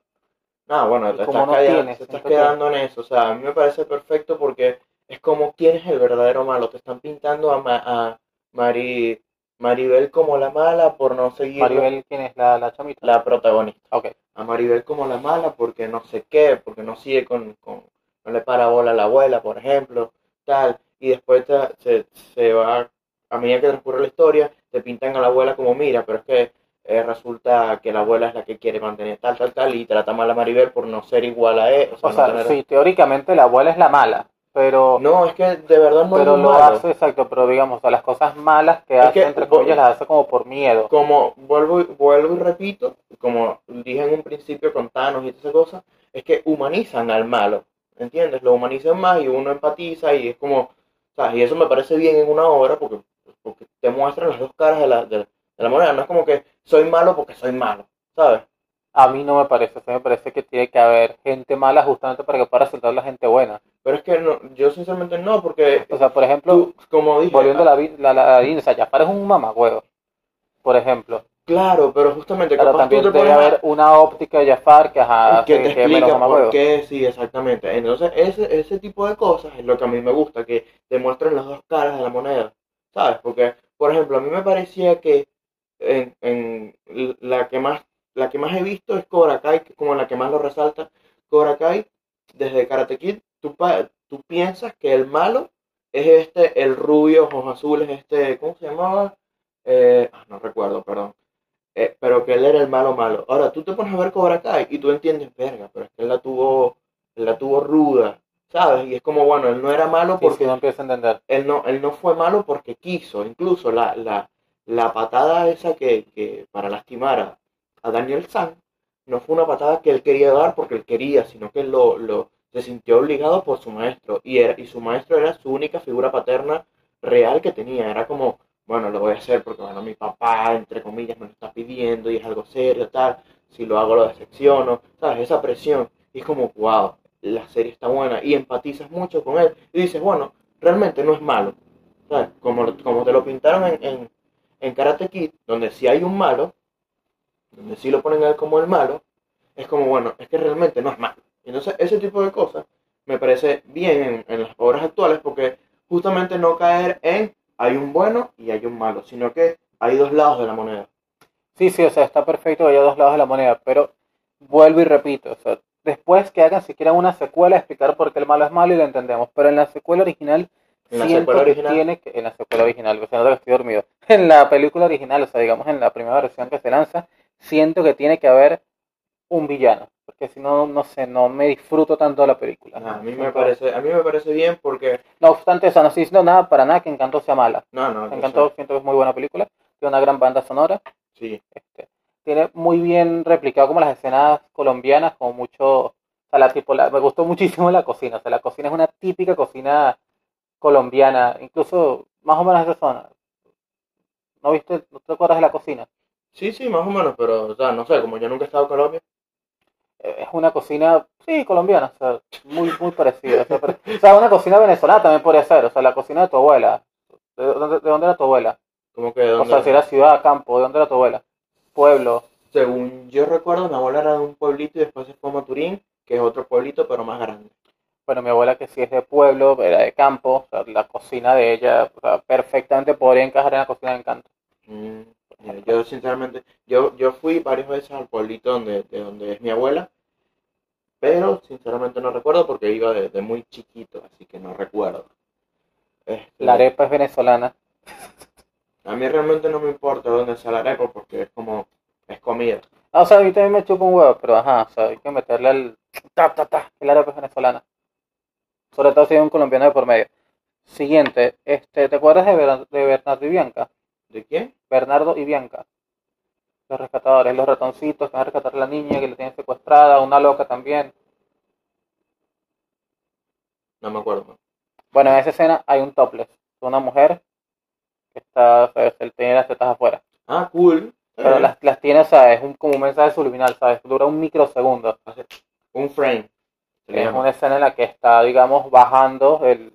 S2: No, Ah, bueno,
S1: Y
S2: te
S1: como
S2: estás,
S1: no
S2: calla-
S1: tienes,
S2: te estás
S1: entonces-
S2: quedando en eso. O sea, a mí me parece perfecto porque es como quién es el verdadero malo. Te están pintando a, Ma- a Mari- Maribel como la mala por no seguir
S1: Maribel, ¿quién es la, la chamita?
S2: la protagonista.
S1: Ok.
S2: A Maribel como la mala porque no sé qué, porque no sigue con, con- no le para bola a la abuela, por ejemplo, tal. Y después ta- se, se va, a medida que transcurre la historia, te pintan a la abuela como mira, pero es que eh, resulta que la abuela es la que quiere mantener tal, tal, tal, y trata mal a Maribel por no ser igual a él. O sea,
S1: O
S2: no
S1: sea,
S2: tener-
S1: sí, teóricamente la abuela es la mala, pero,
S2: No, es que de verdad no
S1: pero
S2: es
S1: lo
S2: malo.
S1: hace, exacto, pero digamos, o sea, las cosas malas que
S2: Es
S1: hace,
S2: que-
S1: entre comillas, las hace como por miedo.
S2: como vuelvo, y- vuelvo y repito, como dije en un principio con Thanos y todas esas cosas, es que humanizan al malo, ¿entiendes? Lo humanizan más y uno empatiza y es como, ¿sabes? Y eso me parece bien en una obra porque, porque te muestran las dos caras de la, de, la- de la moneda, no es como que soy malo porque soy malo, ¿sabes?
S1: A mí no me parece, o sea, me parece que tiene que haber gente mala justamente para que pueda resultar la gente buena.
S2: Pero es que no, yo sinceramente no, porque
S1: O sea, por ejemplo,
S2: tú, como dije,
S1: volviendo a la, vi- la, la, la- o sea, Jafar es un mamagüevo, por ejemplo.
S2: claro, pero justamente
S1: Pero
S2: capaz tú
S1: también
S2: te
S1: debe
S2: pones a-
S1: haber una óptica de Jafar que, ajá,
S2: que
S1: hace
S2: te
S1: Ah, que es menos
S2: explica por
S1: mamagüevo.
S2: qué, sí, exactamente. Entonces, ese, ese tipo de cosas es lo que a mí me gusta, que te muestren las dos caras de la moneda, ¿sabes? Porque, por ejemplo, a mí me parecía que en, en la que más la que más he visto es Cobra Kai, que es como la que más lo resalta. Cobra Kai, desde Karate Kid, tú, pa- tú piensas que el malo es este, el rubio, ojos azules, este, ¿cómo se llamaba? Eh, ah, no recuerdo, perdón. Eh, pero que él era el malo malo. Ahora, tú te pones a ver Cobra Kai y tú entiendes, verga, pero es que él la tuvo, él la tuvo ruda, ¿sabes? Y es como, bueno, él no era malo
S1: Y si
S2: porque
S1: no empieza a entender.
S2: él no, él no fue malo porque quiso. Incluso la, la, la patada esa que, que para lastimar a, a Daniel San no fue una patada que él quería dar porque él quería, sino que lo, lo se sintió obligado por su maestro. Y, era, y su maestro era su única figura paterna real que tenía. Era como, bueno, lo voy a hacer porque bueno, mi papá, entre comillas, me lo está pidiendo y es algo serio, tal. si lo hago lo decepciono, ¿sabes? Esa presión. Y es como, wow, la serie está buena. Y empatizas mucho con él. Y dices, bueno, realmente no es malo. ¿Sabes? Como, como te lo pintaron en, en, en Karate Kid, donde sí hay un malo, donde sí lo ponen a él como el malo, es como, bueno, es que realmente no es malo. Entonces, ese tipo de cosas me parece bien en, en las obras actuales porque justamente no caer en hay un bueno y hay un malo, sino que hay dos lados de la moneda.
S1: Sí, sí, o sea, está perfecto que haya dos lados de la moneda, pero vuelvo y repito, o sea, después que hagan siquiera una secuela, explicar por qué el malo es malo y lo entendemos, pero en la secuela original,
S2: En la
S1: siento
S2: secuela
S1: que
S2: original.
S1: tiene que, en la secuela original, o sea, no que estoy dormido, en la película original, o sea, digamos en la primera versión que se lanza, siento que tiene que haber un villano, porque si no, no sé, no me disfruto tanto de la película.
S2: Ajá, a, mí me parece, a mí me parece bien porque...
S1: No obstante, o sea, no estoy diciendo nada para nada que Encanto sea mala.
S2: No, no, yo
S1: Encanto
S2: sé.
S1: siento que es muy buena película, tiene una gran banda sonora,
S2: Sí,
S1: este, tiene muy bien replicado como las escenas colombianas, como mucho, o sea, la tipo, la- me gustó muchísimo la cocina, o sea, la cocina es una típica cocina colombiana, incluso más o menos de esa zona. ¿No viste, no te acuerdas de la cocina?
S2: sí, sí, más o menos, pero, o sea, no sé, como yo nunca he estado en Colombia.
S1: Eh, Es una cocina, sí, colombiana, o sea, muy, muy parecida. O sea, pero- o sea, una cocina venezolana también podría ser, o sea, la cocina de tu abuela. ¿De dónde, de dónde era tu abuela?
S2: Como que...
S1: O
S2: donde-
S1: sea, si era ciudad, campo, ¿de dónde era tu abuela? Pueblo.
S2: Según yo recuerdo, mi abuela era de un pueblito y después se fue a Maturín, que es otro pueblito, pero más grande.
S1: Bueno, mi abuela que sí es de pueblo, era de campo, o sea, la cocina de ella o sea, perfectamente podría encajar en la cocina de Encanto.
S2: Mm, mira, yo sinceramente, yo, yo fui varias veces al pueblito donde, de donde es mi abuela, pero sinceramente no recuerdo porque iba de, de muy chiquito, así que no recuerdo. Este,
S1: La arepa es venezolana.
S2: A mí realmente no me importa dónde sea la arepa porque es como, es comida.
S1: Ah, o sea, a mí también me chupa un huevo, pero ajá, o sea, hay que meterle al... Ta, ta, ta, que la arepa es venezolana. Sobre todo si hay un colombiano de por medio. Siguiente, este, ¿te acuerdas de, Ber- de Bernardo y Bianca?
S2: ¿De quién?
S1: Bernardo y Bianca. Los rescatadores, los ratoncitos que van a rescatar a la niña que la tienen secuestrada, una loca también.
S2: No me acuerdo.
S1: Bueno, en esa escena hay un topless. Una mujer que está, o sea, él tiene las tetas afuera.
S2: Ah, cool.
S1: Pero
S2: Eh,
S1: las, las tiene, o sea, es un, como un mensaje subliminal, ¿sabes? Dura un microsegundo.
S2: Un frame. Se le
S1: Es
S2: llama.
S1: una escena en la que está, digamos, bajando el,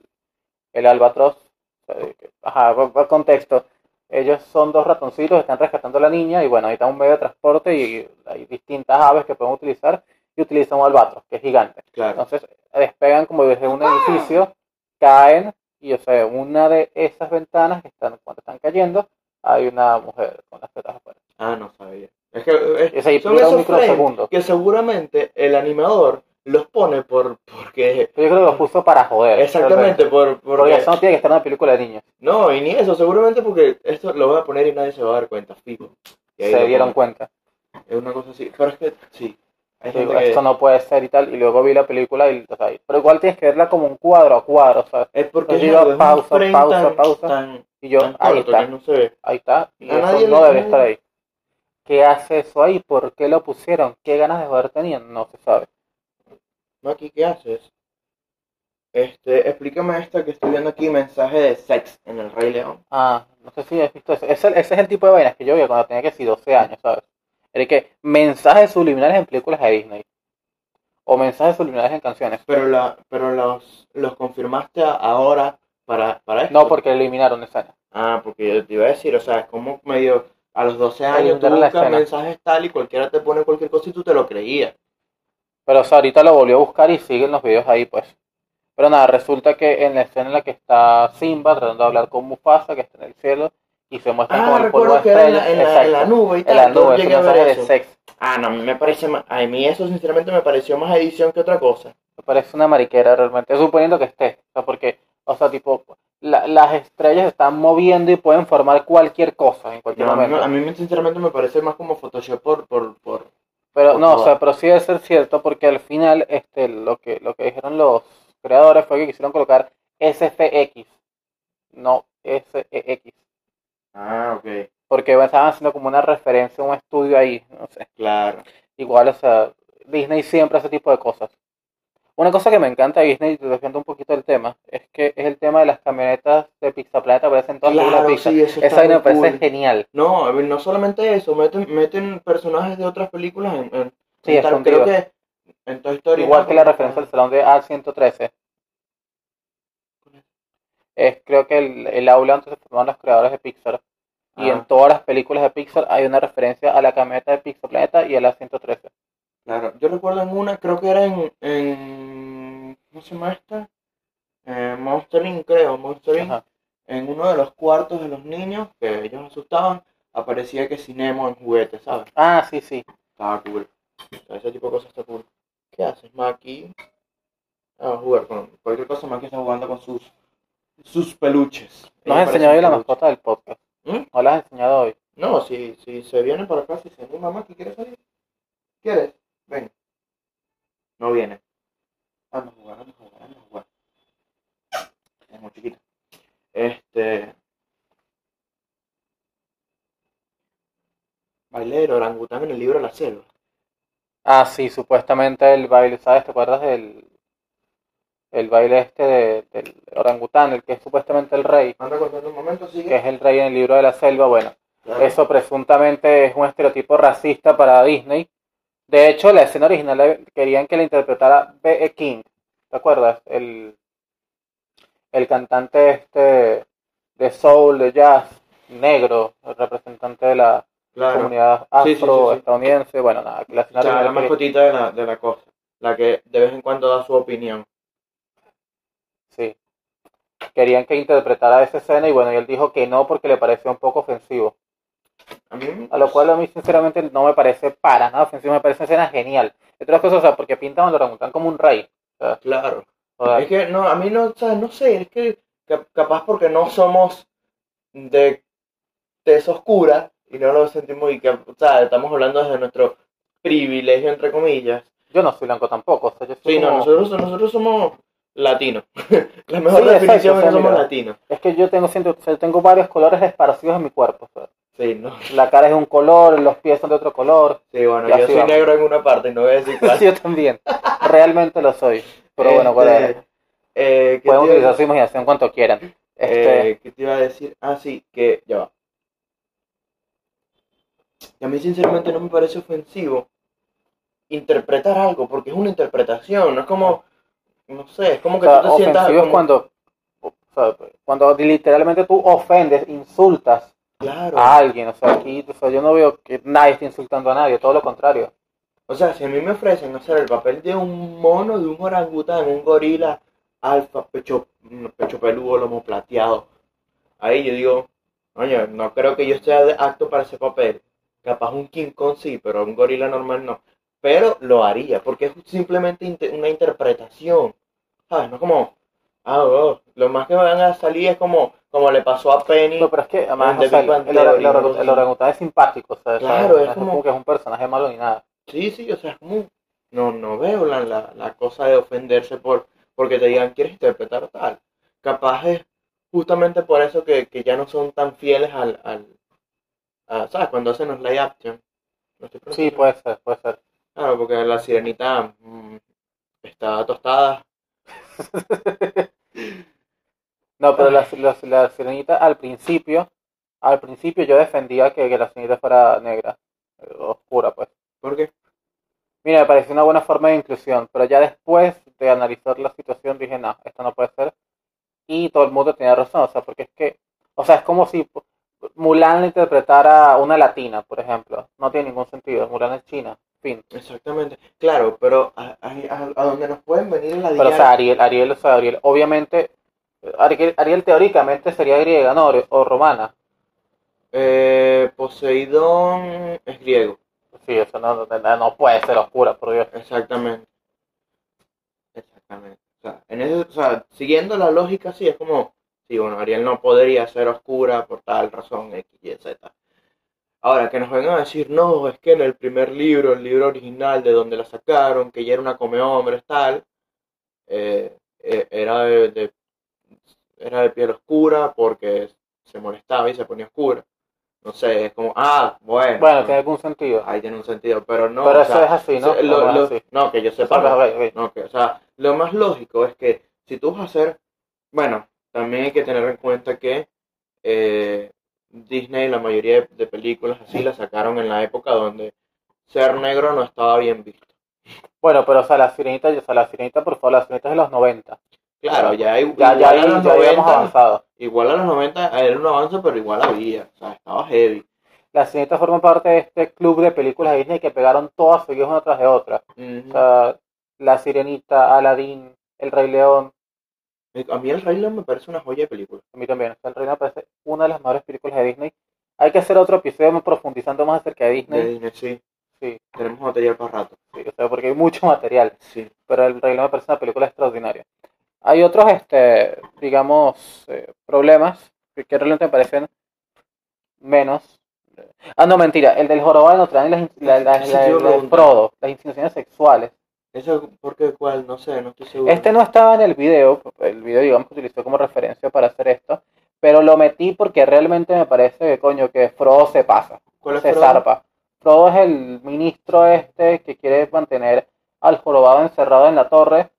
S1: el albatros. O sea, de que- Ajá, por, por contexto. Ellos son dos ratoncitos, están rescatando a la niña y bueno, ahí está un medio de transporte y hay distintas aves que pueden utilizar y utilizan un albatros, que es gigante.
S2: Claro.
S1: Entonces despegan como desde un edificio, caen y, o sea, una de esas ventanas que están cuando están cayendo, hay una mujer con las tetas afuera.
S2: Ah, no sabía. Es que eh,
S1: Y, o sea, y
S2: son
S1: dura un
S2: esos frames
S1: microsegundo.
S2: que seguramente el animador los pone por porque
S1: Yo creo que los puso para joder.
S2: exactamente por
S1: Porque,
S2: porque
S1: eso no tiene que estar en una película de niños.
S2: no y ni eso seguramente porque esto lo van a poner y nadie se va a dar cuenta fijo Y ahí
S1: Se
S2: lo
S1: dieron
S2: ponen.
S1: cuenta. pues,
S2: es una cosa así pero es que sí hay
S1: Digo,
S2: gente que-
S1: esto no puede ser y tal. Y luego vi la película y... o sea, y- pero igual tienes que verla como un cuadro a cuadro, ¿sabes?
S2: es porque
S1: Yo
S2: es
S1: digo,
S2: algo, es un
S1: pausa,
S2: frame
S1: pausa,
S2: tan-
S1: pausa.
S2: tan-
S1: Y yo,
S2: tan
S1: ahí
S2: corto
S1: está,
S2: que no se ve.
S1: ahí está. Y
S2: A
S1: eso
S2: nadie
S1: no
S2: le-
S1: debería estar ahí. ¿Qué hace eso ahí? ¿Por qué lo pusieron? ¿Qué ganas de joder tenían? No se sabe.
S2: Maki qué haces este explícame esta que estoy viendo aquí mensaje de sex en el Rey León
S1: Ah, no sé si has visto eso. Ese, ese es el tipo de vainas que yo veía cuando tenía que decir 12 años, ¿sabes? Era que mensajes subliminales en películas de Disney. O mensajes subliminales en canciones.
S2: pero la pero los los confirmaste a- ahora para para esto
S1: No, porque eliminaron escenas.
S2: Ah, porque yo te iba a decir, o sea, es como medio a los 12 años tú
S1: Alimentar la
S2: buscas
S1: escena.
S2: mensajes tal y cualquiera te pone cualquier cosa y tú te lo creías.
S1: Pero o sea, ahorita lo volvió a buscar y siguen los videos ahí, pues. Pero nada, resulta que en la escena en la que está Simba tratando de hablar con Mufasa, que está en el cielo, y se muestra
S2: Ah,
S1: como el polvo de
S2: recuerdo que era en la,
S1: estrellas.
S2: en la- en la
S1: Exacto.
S2: nube y
S1: En
S2: tal.
S1: la
S2: yo
S1: nube, es un
S2: llegué a ver
S1: mensaje de
S2: eso.
S1: sexo.
S2: Ah, no, a mí me parece más, a mí eso sinceramente me pareció más edición que otra cosa.
S1: Me parece una mariquera realmente, suponiendo que esté. O sea, porque, o sea, tipo, la- las estrellas se están moviendo y pueden formar cualquier cosa en cualquier
S2: No, a, mí,
S1: momento.
S2: me- a mí me- sinceramente me parece más como Photoshop por, por, por-
S1: Pero
S2: por
S1: no, o
S2: favor.
S1: sea, pero sí debe ser cierto porque al final este lo que lo que dijeron los creadores fue que quisieron colocar SFX, no SEX,
S2: Ah, ok,
S1: porque estaban haciendo como una referencia a un estudio ahí, no sé.
S2: claro.
S1: Igual, o sea, Disney siempre hace ese tipo de cosas. Una cosa que me encanta de Disney, y te un poquito el tema, es que es el tema de las camionetas de Pizza Plata aparecen todas las
S2: Claro,
S1: pizzas.
S2: sí, eso está
S1: Esa vaina me
S2: muy
S1: parece
S2: cool.
S1: genial.
S2: No, a ver, no solamente eso, meten, meten personajes de otras películas en, en-
S1: Sí,
S2: en tal- creo
S1: escondido.
S2: que en Toy Story.
S1: Igual
S2: ¿no?
S1: que la referencia al salón de A113. Es, creo que el, el aula donde se formaron los creadores de Pixar. Y
S2: Ah.
S1: en todas las películas de Pixar hay una referencia a la camioneta de Pixar Planeta y a la 113.
S2: Claro, yo recuerdo en una, creo que era en, en ¿cómo se llama esta? Eh, Monster Inc, creo, Monster Inc.
S1: Ajá.
S2: En uno de los cuartos de los niños que ellos asustaban, aparecía que Cinemo en juguete, ¿sabes?
S1: Ah, sí, sí.
S2: Estaba cool. Ese tipo de cosas está cool. ¿Qué haces, Maki? Ah, a jugar con cualquier cosa. Maki está jugando con sus, sus peluches.
S1: Nos
S2: Ella
S1: has enseñado hoy
S2: parece
S1: la
S2: un
S1: mascota del podcast.
S2: peluche. ¿Mm?
S1: No la has enseñado hoy.
S2: No, si, si se vienen para acá, si se anima Maki, ¿quieres salir? ¿Quieres? Ven. No viene. Vamos a jugar, vamos a jugar, vamos a jugar. Es muy chiquita. Este. Baile del orangután en el libro de la selva.
S1: Ah, sí, supuestamente el baile, ¿sabes? ¿Te acuerdas del el baile este de- del orangután, el que es supuestamente el rey,
S2: Anda contando un momento, sigue.
S1: que es el rey en el libro de la selva? Bueno,
S2: Claro.
S1: Eso presuntamente es un estereotipo racista para Disney. De hecho, la escena original la- querían que la interpretara B.E. King. ¿Te acuerdas? El, el cantante este de soul, de jazz, negro, el representante de la
S2: Claro.
S1: comunidad
S2: Sí, sí, sí, sí.
S1: afroestadounidense. Bueno, nada, que la escena
S2: O sea, la
S1: original que-
S2: mascotita de la, de la cosa. La que de vez en cuando da su opinión.
S1: sí. Querían que interpretara esa escena y bueno, y él dijo que no porque le parecía un poco ofensivo.
S2: A mí.
S1: A lo cual a mí sinceramente no me parece para nada ofensivo, me parece una escena genial. Entre otras cosas, o sea, porque pintan al orangután como un rey.
S2: Claro.
S1: O sea,
S2: Es que no, a mí no, o sea, no sé, es que cap- capaz porque no somos de tez oscura y no lo sentimos y que, o sea, estamos hablando desde nuestro privilegio, entre comillas.
S1: yo no soy blanco tampoco. O sea, yo soy
S2: Sí, no,
S1: como-
S2: nosotros, nosotros somos latinos. La mejor
S1: Sí, exacto,
S2: definición
S1: o
S2: es
S1: sea,
S2: que somos
S1: mira.
S2: latinos.
S1: Es que yo tengo, siento, o sea, tengo varios colores esparcidos en mi cuerpo. o sea,
S2: Sí, no.
S1: la cara es de un color, los pies son de otro color.
S2: Sí, bueno,
S1: Ya
S2: yo
S1: sí,
S2: soy
S1: vamos.
S2: negro en una parte y no voy a decir cuál.
S1: Sí, yo también. Realmente lo soy. Pero bueno,
S2: Este,
S1: whatever.
S2: eh,
S1: pueden
S2: ¿qué te iba a
S1: utilizar su imaginación cuanto quieran. Este,
S2: Eh, ¿Qué te iba a decir? Ah, sí, que ya va. Y a mí sinceramente no me parece ofensivo interpretar algo, porque es una interpretación, no es como, no sé, es como
S1: o
S2: que
S1: sea,
S2: tú te sientas...
S1: ofensivo es
S2: como-
S1: cuando, o sea, cuando literalmente tú ofendes, insultas
S2: Claro.
S1: a alguien. O sea, aquí, o sea, yo no veo que nadie esté insultando a nadie, todo lo contrario.
S2: O sea, si a mí me ofrecen hacer el papel de un mono, de un orangután, un gorila, alfa, pecho, mm, pecho peludo, lomo plateado, ahí yo digo, oye, no creo que yo sea de- apto para ese papel. Capaz un King Kong sí, pero un gorila normal no. Pero lo haría, porque es simplemente inte- una interpretación. ¿Sabes? No como, ah, oh, lo más que me van a salir es como, como le pasó a Penny.
S1: No, pero es que además,
S2: En The
S1: o sea,
S2: Big Bang
S1: el, ora- el ora-
S2: Theory, ¿no?
S1: el orangután es simpático, o sea,
S2: Claro,
S1: ¿sabes?
S2: es
S1: no
S2: como-
S1: que es un personaje malo ni nada.
S2: Sí, sí, o sea, es como, no, no veo la, la, la cosa de ofenderse por, porque te digan, ¿quieres interpretar tal? Capaz es justamente por eso que, que ya no son tan fieles al, al a- ¿sabes? Cuando hacen los live action. No estoy
S1: Sí,
S2: pronunciando.
S1: puede ser, puede ser.
S2: Claro, porque la sirenita mm, está tostada.
S1: No, pero la, la- la sirenita al principio, al principio yo defendía que, que la sirenita fuera negra, eh, oscura, pues.
S2: ¿Por qué?
S1: Mira, me pareció una buena forma de inclusión, pero ya después de analizar la situación dije, no, esto no puede ser. Y todo el mundo tenía razón, o sea, porque es que, o sea, es como si Mulan la interpretara a una latina, por ejemplo. No tiene ningún sentido, Mulan es china, fin.
S2: Exactamente. Claro, pero a, a, a- a donde nos pueden venir la
S1: Pero, o sea, Ariel, Ariel, o sea, Ariel, obviamente, Ariel, Ariel teóricamente sería griega, ¿no? O- O romana.
S2: eh, Poseidón es griego.
S1: Sí, eso no, no, no puede ser oscura, por Dios.
S2: Exactamente. Exactamente. O sea, en eso, o sea, siguiendo la lógica, sí, es como, sí, bueno, Ariel no podría ser oscura por tal razón, X, Y, Z. Ahora, que nos vengan a decir, no, es que en el primer libro, el libro original de donde la sacaron, que ya era una come hombres, tal, eh, eh, era de, de- era de piel oscura porque se molestaba y se ponía oscura. No sé, es como, ah, bueno,
S1: Bueno, tiene algún sentido.
S2: ahí tiene un sentido, pero Ah, no.
S1: Pero
S2: o
S1: eso
S2: sea,
S1: es así, ¿no?
S2: se- lo-
S1: Bueno,
S2: lo-
S1: así.
S2: no, que yo
S1: O sea,
S2: sepa. no.
S1: ok, ok.
S2: No, que, o sea, lo más lógico es que si tú vas a hacer, bueno, También hay que tener en cuenta que eh, Disney, la mayoría de, de películas así, las sacaron en la época donde ser negro no estaba bien visto.
S1: Bueno, pero o sea, la sirenita, o sea, la sirenita, por favor, la sirenita es de los 90.
S2: Claro, ya, hay-
S1: Ya,
S2: igual,
S1: ya,
S2: a
S1: ahí-
S2: los
S1: ya habíamos
S2: 90,
S1: avanzado.
S2: igual a los 90 era un avance, pero igual había. O sea, estaba heavy.
S1: La sirenita forma parte de este club de películas de Disney que pegaron todas seguidas una tras de otra. O
S2: Ujú.
S1: sea, La Sirenita, Aladdin, El Rey León,
S2: eh, A mí el Rey León me parece una joya de película.
S1: a mí también. O sea, El Rey León me parece una de las mejores películas de Disney. Hay que hacer otro episodio más profundizando más acerca de
S2: De
S1: Disney.
S2: Disney, sí.
S1: Sí,
S2: Tenemos material para rato.
S1: sí, o sea, porque hay mucho material.
S2: Sí.
S1: pero El Rey León me parece una película extraordinaria. Hay otros, este, digamos, eh, problemas que que realmente me parecen menos. Ah, no, mentira, el del jorobado de Notre Dame, las, in- la- la-
S2: Ese
S1: la-
S2: te iba a
S1: la de
S2: preguntar.
S1: Frodo, las insinuaciones sexuales.
S2: Eso, ¿por qué cuál? No sé, no estoy seguro.
S1: Este no estaba en el video, el video digamos que utilizó como referencia para hacer esto, pero lo metí porque realmente me parece que coño, que Frodo se pasa.
S2: ¿Cuál es
S1: se
S2: Frodo?
S1: zarpa. Frodo es el ministro este que quiere mantener al jorobado encerrado en la torre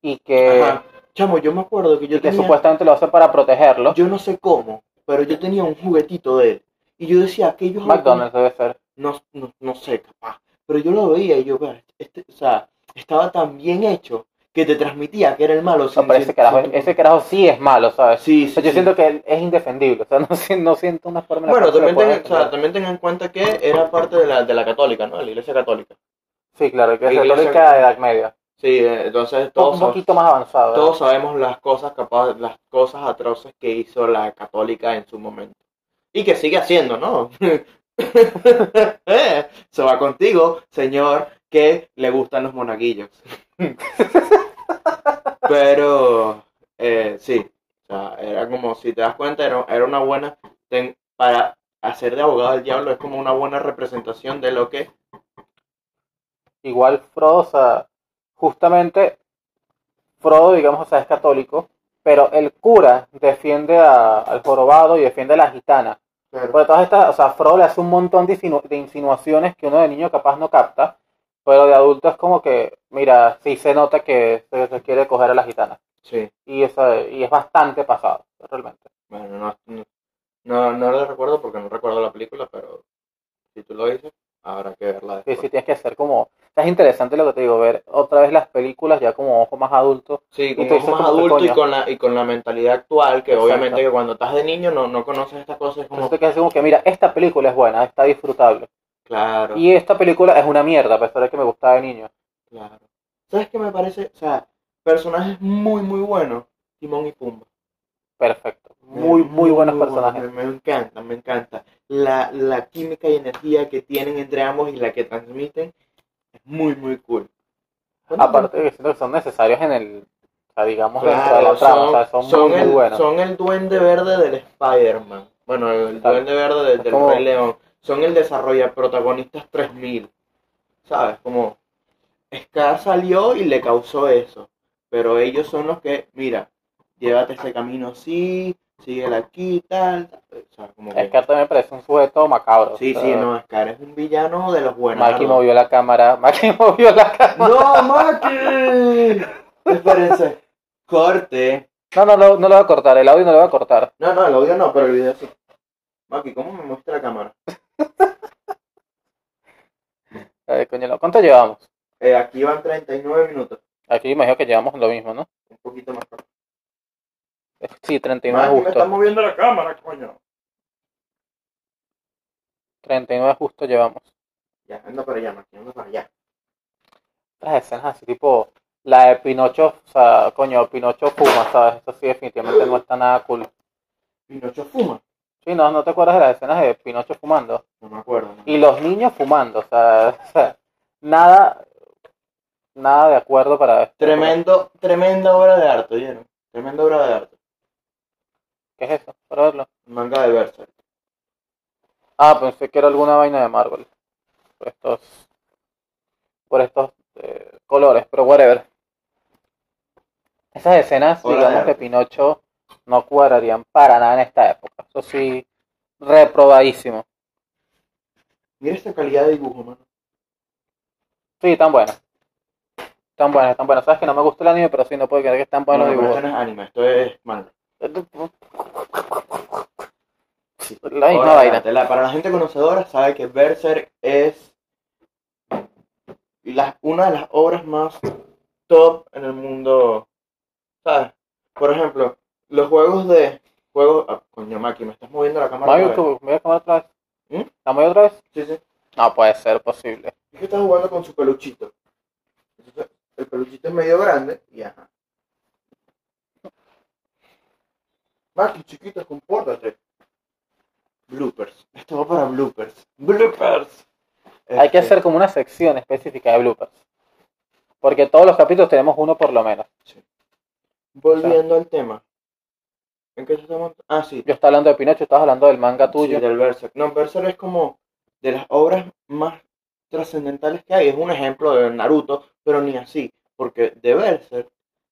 S1: y que,
S2: Ajá. Chamo, yo me acuerdo que
S1: y
S2: yo
S1: que
S2: tenía...
S1: supuestamente lo hace para protegerlo.
S2: Yo no sé cómo, pero yo tenía un juguetito de él. Y yo decía, aquellos...
S1: McDonald's debe ser.
S2: No, no, no sé, capaz. Pero yo lo veía y yo, "Ver, este, o sea, estaba tan bien hecho que te transmitía que era el malo.
S1: O sea,
S2: sin-
S1: pero ese
S2: sin-
S1: carajo,
S2: sin-
S1: ese carajo sí es malo, ¿sabes?
S2: Sí, sí,
S1: O sea, yo
S2: sí.
S1: siento que él es indefendible, o sea, no, si- no siento una forma en la
S2: Bueno,
S1: cual se le
S2: también
S1: pueda
S2: tengan, o sea,
S1: defender.
S2: también tengan en cuenta que era parte de la, de la católica, ¿no? De la iglesia católica.
S1: Sí, claro, que es
S2: la iglesia-
S1: retórica de Edad Media.
S2: Sí, eh, entonces todos,
S1: Un poquito más avanzado. ¿verdad?
S2: todos sabemos las cosas capaz, las cosas atroces que hizo la católica en su momento. Y que sigue haciendo, ¿no? Eh, Se va contigo, señor, que le gustan los monaguillos. Pero, eh, sí, o sea, era como, si te das cuenta, era, era una buena, ten- para hacer de abogado del diablo es como una buena representación de lo que...
S1: igual Frodo, o sea, justamente Frodo, digamos, o sea, es católico, pero el cura defiende a- al jorobado y defiende a la gitana. Por todas estas, o sea, Frodo le hace un montón de, insinu- de insinuaciones que uno de niño capaz no capta, pero de adulto es como que, mira, sí se nota que se, se quiere coger a la gitana.
S2: Sí,
S1: Y, o sea, y es bastante pasado, realmente.
S2: bueno, no, no, no, no lo recuerdo porque no recuerdo la película, pero si tú lo dices, habrá que verla
S1: Sí,
S2: después.
S1: sí, tienes que ser como... o sea, es interesante lo que te digo, ver otra vez las películas ya como ojo más adulto.
S2: Sí, como
S1: tú dices
S2: más
S1: como que,
S2: adulto y
S1: coño.
S2: con, la, y con la mentalidad actual, que
S1: Exacto.
S2: obviamente que cuando estás de niño no, no conoces estas cosas, es como,
S1: Entonces te quedas así como que, mira, esta película es buena, está disfrutable.
S2: claro,
S1: Y esta película es una mierda, a pesar de que me gustaba de niño.
S2: claro. ¿Sabes qué me parece? O sea, personajes muy, muy buenos, Timón y Pumba.
S1: Perfecto. Muy, muy buenos
S2: buenos,
S1: personajes.
S2: Me, me encanta, me encanta. La, la química y energía que tienen entre ambos y la que transmiten es muy, muy cool.
S1: Aparte de que siento que son necesarios en el, o sea, digamos, dentro de
S2: Claro,
S1: la trama. o sea, son, muy, muy
S2: el,
S1: buenos.
S2: son el duende verde del Spider-Man. Bueno, el
S1: Claro.
S2: duende verde del, del
S1: Como-
S2: Rey León. Son el desarrolla protagonistas 3000. ¿Sabes? Como Scar salió y le causó eso. Pero ellos son los que, mira, llévate ese camino así, síguela aquí, tal. tal. O sea, como que-
S1: Scar también me parece un sujeto macabro.
S2: Sí,
S1: o
S2: sí,
S1: sea,
S2: no, Scar es un villano de los buenos.
S1: Maki movió la cámara. Maki movió la cámara.
S2: ¡No, Maki! Espérense. Corte.
S1: No, no, no, no lo voy a cortar. El audio no lo voy a cortar.
S2: No, no, el audio no, pero el video sí. Maki, ¿cómo me muestra la cámara?
S1: Ay, Eh, coño, no. ¿Cuánto llevamos?
S2: Eh, aquí van 39 minutos.
S1: Aquí imagino que llevamos lo mismo, ¿no?
S2: Un poquito más.
S1: Sí, 39
S2: Maki, me está
S1: justo.
S2: moviendo la cámara, coño.
S1: 39 justo llevamos.
S2: Ya, anda para allá, Maki, anda para allá.
S1: las escenas así tipo la de Pinocho, o sea, coño, Pinocho fuma, ¿sabes? Eso sí definitivamente no está nada cool.
S2: Pinocho fuma.
S1: Sí, no, no te acuerdas de las escenas de Pinocho fumando.
S2: No me acuerdo. ¿no?
S1: Y los niños fumando, o sea, o sea, nada, nada de acuerdo para...
S2: Tremendo, tremenda obra de arte, ¿vieron? Tremenda obra de arte.
S1: ¿Qué es eso? Para verlo.
S2: Manga de Berserk.
S1: Ah, pensé que era alguna vaina de Marvel. Por estos, por estos eh, colores, pero whatever. Esas escenas,
S2: Obra de
S1: digamos,
S2: arte.
S1: de Pinocho no cuadrarían para nada en esta época. Eso sí, reprobadísimo.
S2: Mira esta calidad de dibujo, mano.
S1: Sí, tan buena. Están buenas, están buenas. Sabes que no me gusta el anime, pero sí, no puedo creer que están buenos
S2: no,
S1: los
S2: no, pero esto
S1: dibujos.
S2: no es anime, esto es manga. Sí.
S1: La misma
S2: Ahora,
S1: vaina.
S2: adelante, la- para la gente conocedora sabe que Berserk es la- una de las obras más top en el mundo. ¿Sabes? Por ejemplo, los juegos de... Juegos... ah, coño, Maki, me estás moviendo la cámara.
S1: Mario,
S2: otra vez?
S1: YouTube, ¿me voy a comer otra vez?
S2: ¿Mm?
S1: ¿La muevo otra vez?
S2: Sí, sí.
S1: No puede ser posible.
S2: Es que está jugando con su peluchito. Entonces, el peluchito es medio grande y ajá. Maki, chiquito, compórtate. Bloopers. Esto va para bloopers. Bloopers.
S1: Hay que
S2: Este,
S1: hacer como una sección específica de bloopers. Porque todos los capítulos tenemos uno por lo menos.
S2: Volviendo al tema. ¿En qué estamos? Ah, sí.
S1: Yo estaba hablando de Pinocho, estabas hablando del manga tuyo.
S2: Sí, del Berserk. No, Berserk es como de las obras más trascendentales que hay. Es un ejemplo de Naruto, pero ni así. Porque de Berserk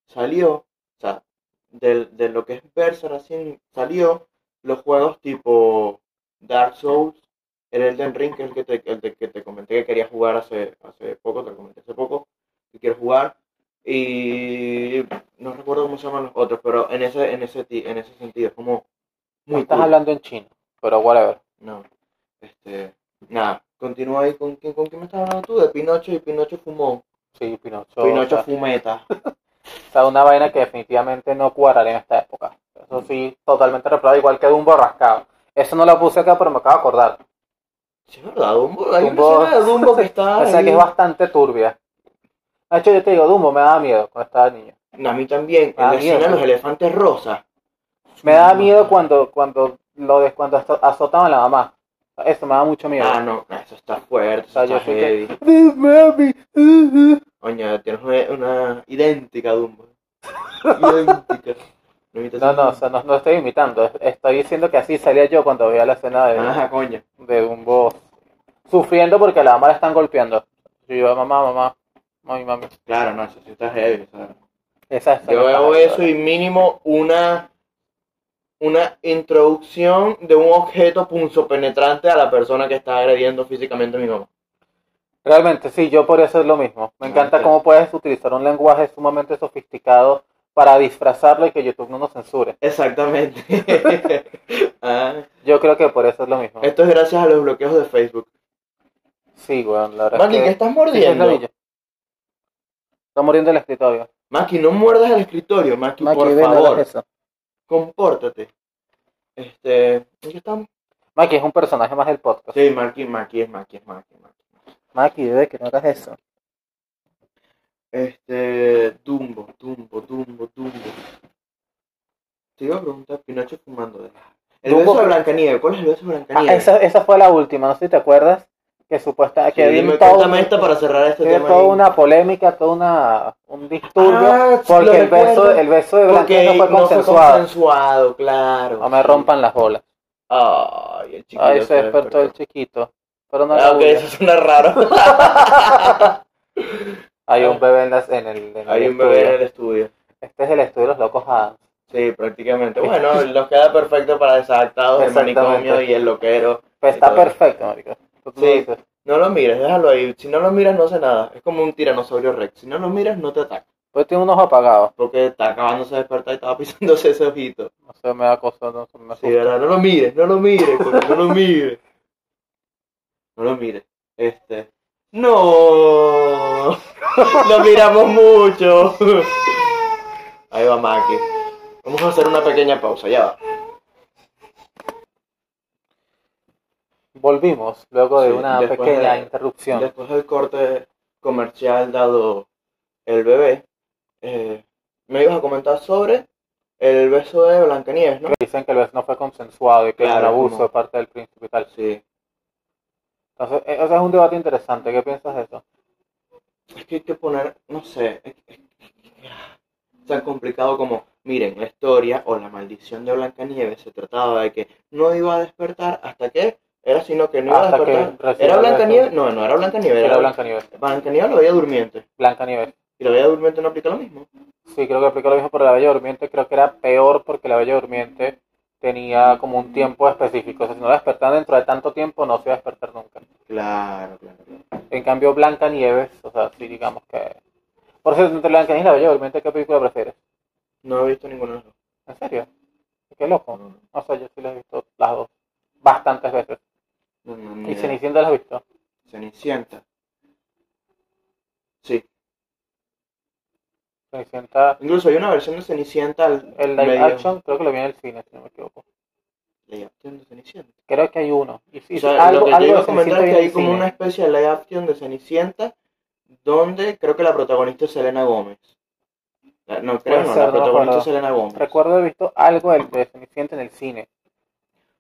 S2: salió, o sea, del- de, lo que es Berserk así salió los juegos tipo Dark Souls, el Elden Ring, que es el que te, el de- que te comenté que quería jugar hace, hace poco, te lo comenté hace poco, que quiero jugar. Y no recuerdo cómo se llaman los otros, pero en ese, en ese, ti- en ese sentido es como
S1: No
S2: muy
S1: estás
S2: cool.
S1: hablando en chino, pero whatever.
S2: No. Este, nada, continúa ahí con quién con quién me estás hablando tú de Pinocho y Pinocho fumó.
S1: Sí, Pinocho. o
S2: Pinocho
S1: sea,
S2: fumeta.
S1: O sea, una vaina que definitivamente no cuadraría en esta época. Eso sí, totalmente reprobado, igual que Dumbo rascado. Eso no lo puse acá, pero me acabo de acordar.
S2: Sí, es verdad, Dumbo, hay
S1: Dumbo.
S2: una escena de Dumbo que está
S1: O sea que
S2: ahí.
S1: es bastante turbia. De hecho, yo te digo, Dumbo me daba miedo cuando estaba niño.
S2: No, a mí también, en
S1: Ah,
S2: la escena de
S1: mierda.
S2: los elefantes rosas.
S1: Me daba miedo cuando cuando lo de, cuando azo- azotaban a la mamá. Eso me daba mucho miedo.
S2: Ah, no, eso está fuerte, eso
S1: O sea, yo
S2: está
S1: sé que-
S2: heavy.
S1: ¡Eh, mami! ¡Eh, eh!
S2: Coño, tienes una, una idéntica Dumbo. idéntica. No, imitas
S1: No,
S2: a
S1: no, o
S2: Dumbo.
S1: sea, no, no estoy imitando. Estoy diciendo que así salía yo cuando veía la escena de,
S2: Ajá, coño.
S1: de Dumbo sufriendo porque a la mamá la están golpeando. Y yo, mamá, mamá, mami, mami.
S2: Claro, no, eso sí está heavy. o sea.
S1: Esa escena
S2: Yo
S1: está
S2: veo
S1: ahí,
S2: eso y mínimo una, una introducción de un objeto punzopenetrante a la persona que está agrediendo físicamente a mi mamá.
S1: Realmente, sí, yo por eso es lo mismo. Me
S2: Ah,
S1: encanta
S2: ok.
S1: cómo puedes utilizar un lenguaje sumamente sofisticado para disfrazarlo y que YouTube no nos censure.
S2: Exactamente. Ah,
S1: Yo creo que por eso es lo mismo.
S2: esto es gracias a los bloqueos de Facebook.
S1: Sí, weón, la verdad
S2: Maki,
S1: es
S2: ¿qué
S1: que...
S2: estás
S1: Sí, sí, es la
S2: mordiendo?
S1: villa. Está muriendo el escritorio.
S2: Maki, no muerdas el escritorio, Maki, por favor. Compórtate. Este, ¿en ¿qué estamos?
S1: Maki es un personaje más del podcast.
S2: Sí, Maki, Maki, es Maki, es Maki, Maki.
S1: Maki, bebé, que no hagas eso.
S2: Este, Dumbo, Dumbo, Dumbo, Dumbo. Te iba a preguntar, Pinocho fumando de El
S1: Dumbo-
S2: beso de Blancanieves, ¿cuál es el beso de
S1: Ah,
S2: Blancanieves?
S1: esa, esa fue la última, no sé si te acuerdas. Que supuesta...
S2: Sí,
S1: que
S2: dime,
S1: dio todo-
S2: cuéntame esta para cerrar este
S1: que dio
S2: tema.
S1: toda
S2: ahí.
S1: una polémica, toda una... un disturbio.
S2: Ah, lo
S1: porque el beso,
S2: recuerdo.
S1: el beso de Blanca
S2: Porque
S1: no fue
S2: No
S1: consensuado.
S2: consensuado, claro.
S1: No me
S2: sí.
S1: rompan las bolas.
S2: Ay, el chiquito.
S1: Ay, se despertó el chiquito. Pero no
S2: Ah,
S1: la
S2: ok,
S1: bulla.
S2: eso suena raro.
S1: Hay
S2: Ah.
S1: un bebé en, las- en el, en
S2: Hay
S1: el
S2: un bebé en
S1: estudio.
S2: el estudio.
S1: Este es el estudio de los locos Adams.
S2: Sí, prácticamente. Bueno, nos queda perfecto para desadaptados, el
S1: Exactamente.
S2: manicomio y el loquero.
S1: Pero Pues está
S2: Entonces-
S1: perfecto, marico. Tú lo
S2: Sí.
S1: dices.
S2: No lo mires, déjalo ahí. Si no lo miras, no hace nada. Es como un tiranosaurio rex. Si no lo miras, no te ataca.
S1: Pues tiene un ojo apagado.
S2: Porque está acabándose de despertar y estaba pisándose ese ojito.
S1: No se me da cosa, no se me
S2: Sí,
S1: asusta.
S2: ¿verdad? No lo mires, no lo mires, coño, no lo mires. No lo mires. Este. ¡No! ¡Lo miramos mucho! Ahí va Maki. Vamos a hacer una pequeña pausa, ya va.
S1: Volvimos luego de
S2: Sí,
S1: una
S2: después
S1: pequeña
S2: de-
S1: interrupción.
S2: Después del corte comercial dado el bebé, eh, me ibas a comentar sobre el beso de Blancanieves, ¿no?
S1: Que Dicen que el beso no fue consensuado y que
S2: Claro,
S1: era un abuso
S2: como-
S1: de parte del príncipe y tal.
S2: Sí.
S1: Entonces, eh, o sea, es un debate interesante. ¿Qué piensas de eso?
S2: Es que hay que poner, no sé, es, es- es tan complicado como, miren, la historia o la maldición de Blancanieves se trataba de que no iba a despertar hasta que era sino que no iba
S1: Hasta
S2: a
S1: que
S2: despertar.
S1: recibiera
S2: ¿Era
S1: el
S2: Blancanieves? No, no era Blancanieves,
S1: Era
S2: era
S1: Blanca Nieves.
S2: Blancanieves lo veía durmiente.
S1: Blanca Nieves.
S2: Y la veía durmiente no aplica lo mismo.
S1: Sí, creo que aplicó lo mismo, pero la Bella Durmiente creo que era peor porque la Bella Durmiente tenía como un tiempo específico. O sea, si no la despertaban dentro de tanto tiempo, no se iba a despertar nunca.
S2: Claro, claro, claro.
S1: En cambio, Blanca Nieves, o sea, sí, digamos que. Por cierto, no te lo han canilado yo, obviamente, ¿qué película prefieres?
S2: No he visto ninguna de las dos.
S1: ¿En serio? Qué loco.
S2: No, no,
S1: O sea, yo sí las he visto las dos. Bastantes veces.
S2: no, no, ni
S1: ¿Y
S2: idea.
S1: Cenicienta las has visto?
S2: Cenicienta. Sí.
S1: Cenicienta,
S2: Incluso hay una versión de Cenicienta. al-
S1: el live
S2: medio-
S1: action, creo que lo vi en el cine, si no me equivoco.
S2: Live action de Cenicienta.
S1: Creo que hay uno. Y sí,
S2: O sea,
S1: algo,
S2: lo que yo
S1: algo
S2: iba
S1: de
S2: a comentar
S1: Cenicienta
S2: es que
S1: vi en
S2: hay
S1: el
S2: como
S1: cine.
S2: una especie de live action de Cenicienta donde creo que la protagonista es Selena Gómez. La- No, creo, no,
S1: ser, no
S2: la
S1: me
S2: protagonista
S1: acuerdo.
S2: es Selena Gómez.
S1: Recuerdo haber visto algo del de Cenicienta en el cine.